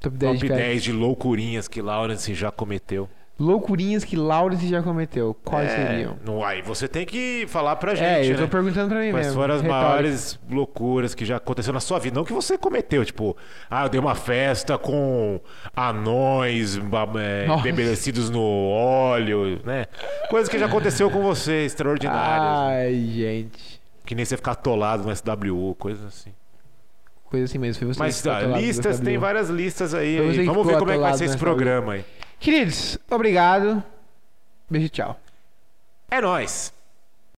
Speaker 2: Top 10
Speaker 1: top
Speaker 2: de
Speaker 1: 10 de loucurinhas que Lawrence já cometeu.
Speaker 2: loucurinhas que Lawrence já cometeu. Quais
Speaker 1: É,
Speaker 2: seriam?
Speaker 1: não- aí você tem que falar pra gente,
Speaker 2: é, eu tô
Speaker 1: né?
Speaker 2: perguntando pra mim
Speaker 1: Quais
Speaker 2: mesmo.
Speaker 1: foram as
Speaker 2: Retórica.
Speaker 1: maiores loucuras que já aconteceu na sua vida? Não que você cometeu, tipo, ah, eu dei uma festa com anões ba- é,
Speaker 2: Nossa.
Speaker 1: embebecidos no óleo, né? Coisas que já aconteceu com você, extraordinárias.
Speaker 2: Ai, gente.
Speaker 1: Que nem você ficar atolado no SWU, coisas assim.
Speaker 2: Coisa assim mesmo. Foi você que
Speaker 1: Mas
Speaker 2: ficou
Speaker 1: ah,
Speaker 2: atolado,
Speaker 1: listas,
Speaker 2: gostava
Speaker 1: tem
Speaker 2: de-
Speaker 1: várias listas aí.
Speaker 2: Foi você
Speaker 1: E
Speaker 2: que
Speaker 1: Vamos ver
Speaker 2: ficou
Speaker 1: como é que vai
Speaker 2: atolado
Speaker 1: ser esse
Speaker 2: nessa
Speaker 1: programa aí.
Speaker 2: Queridos, obrigado. Beijo, tchau.
Speaker 1: É nóis!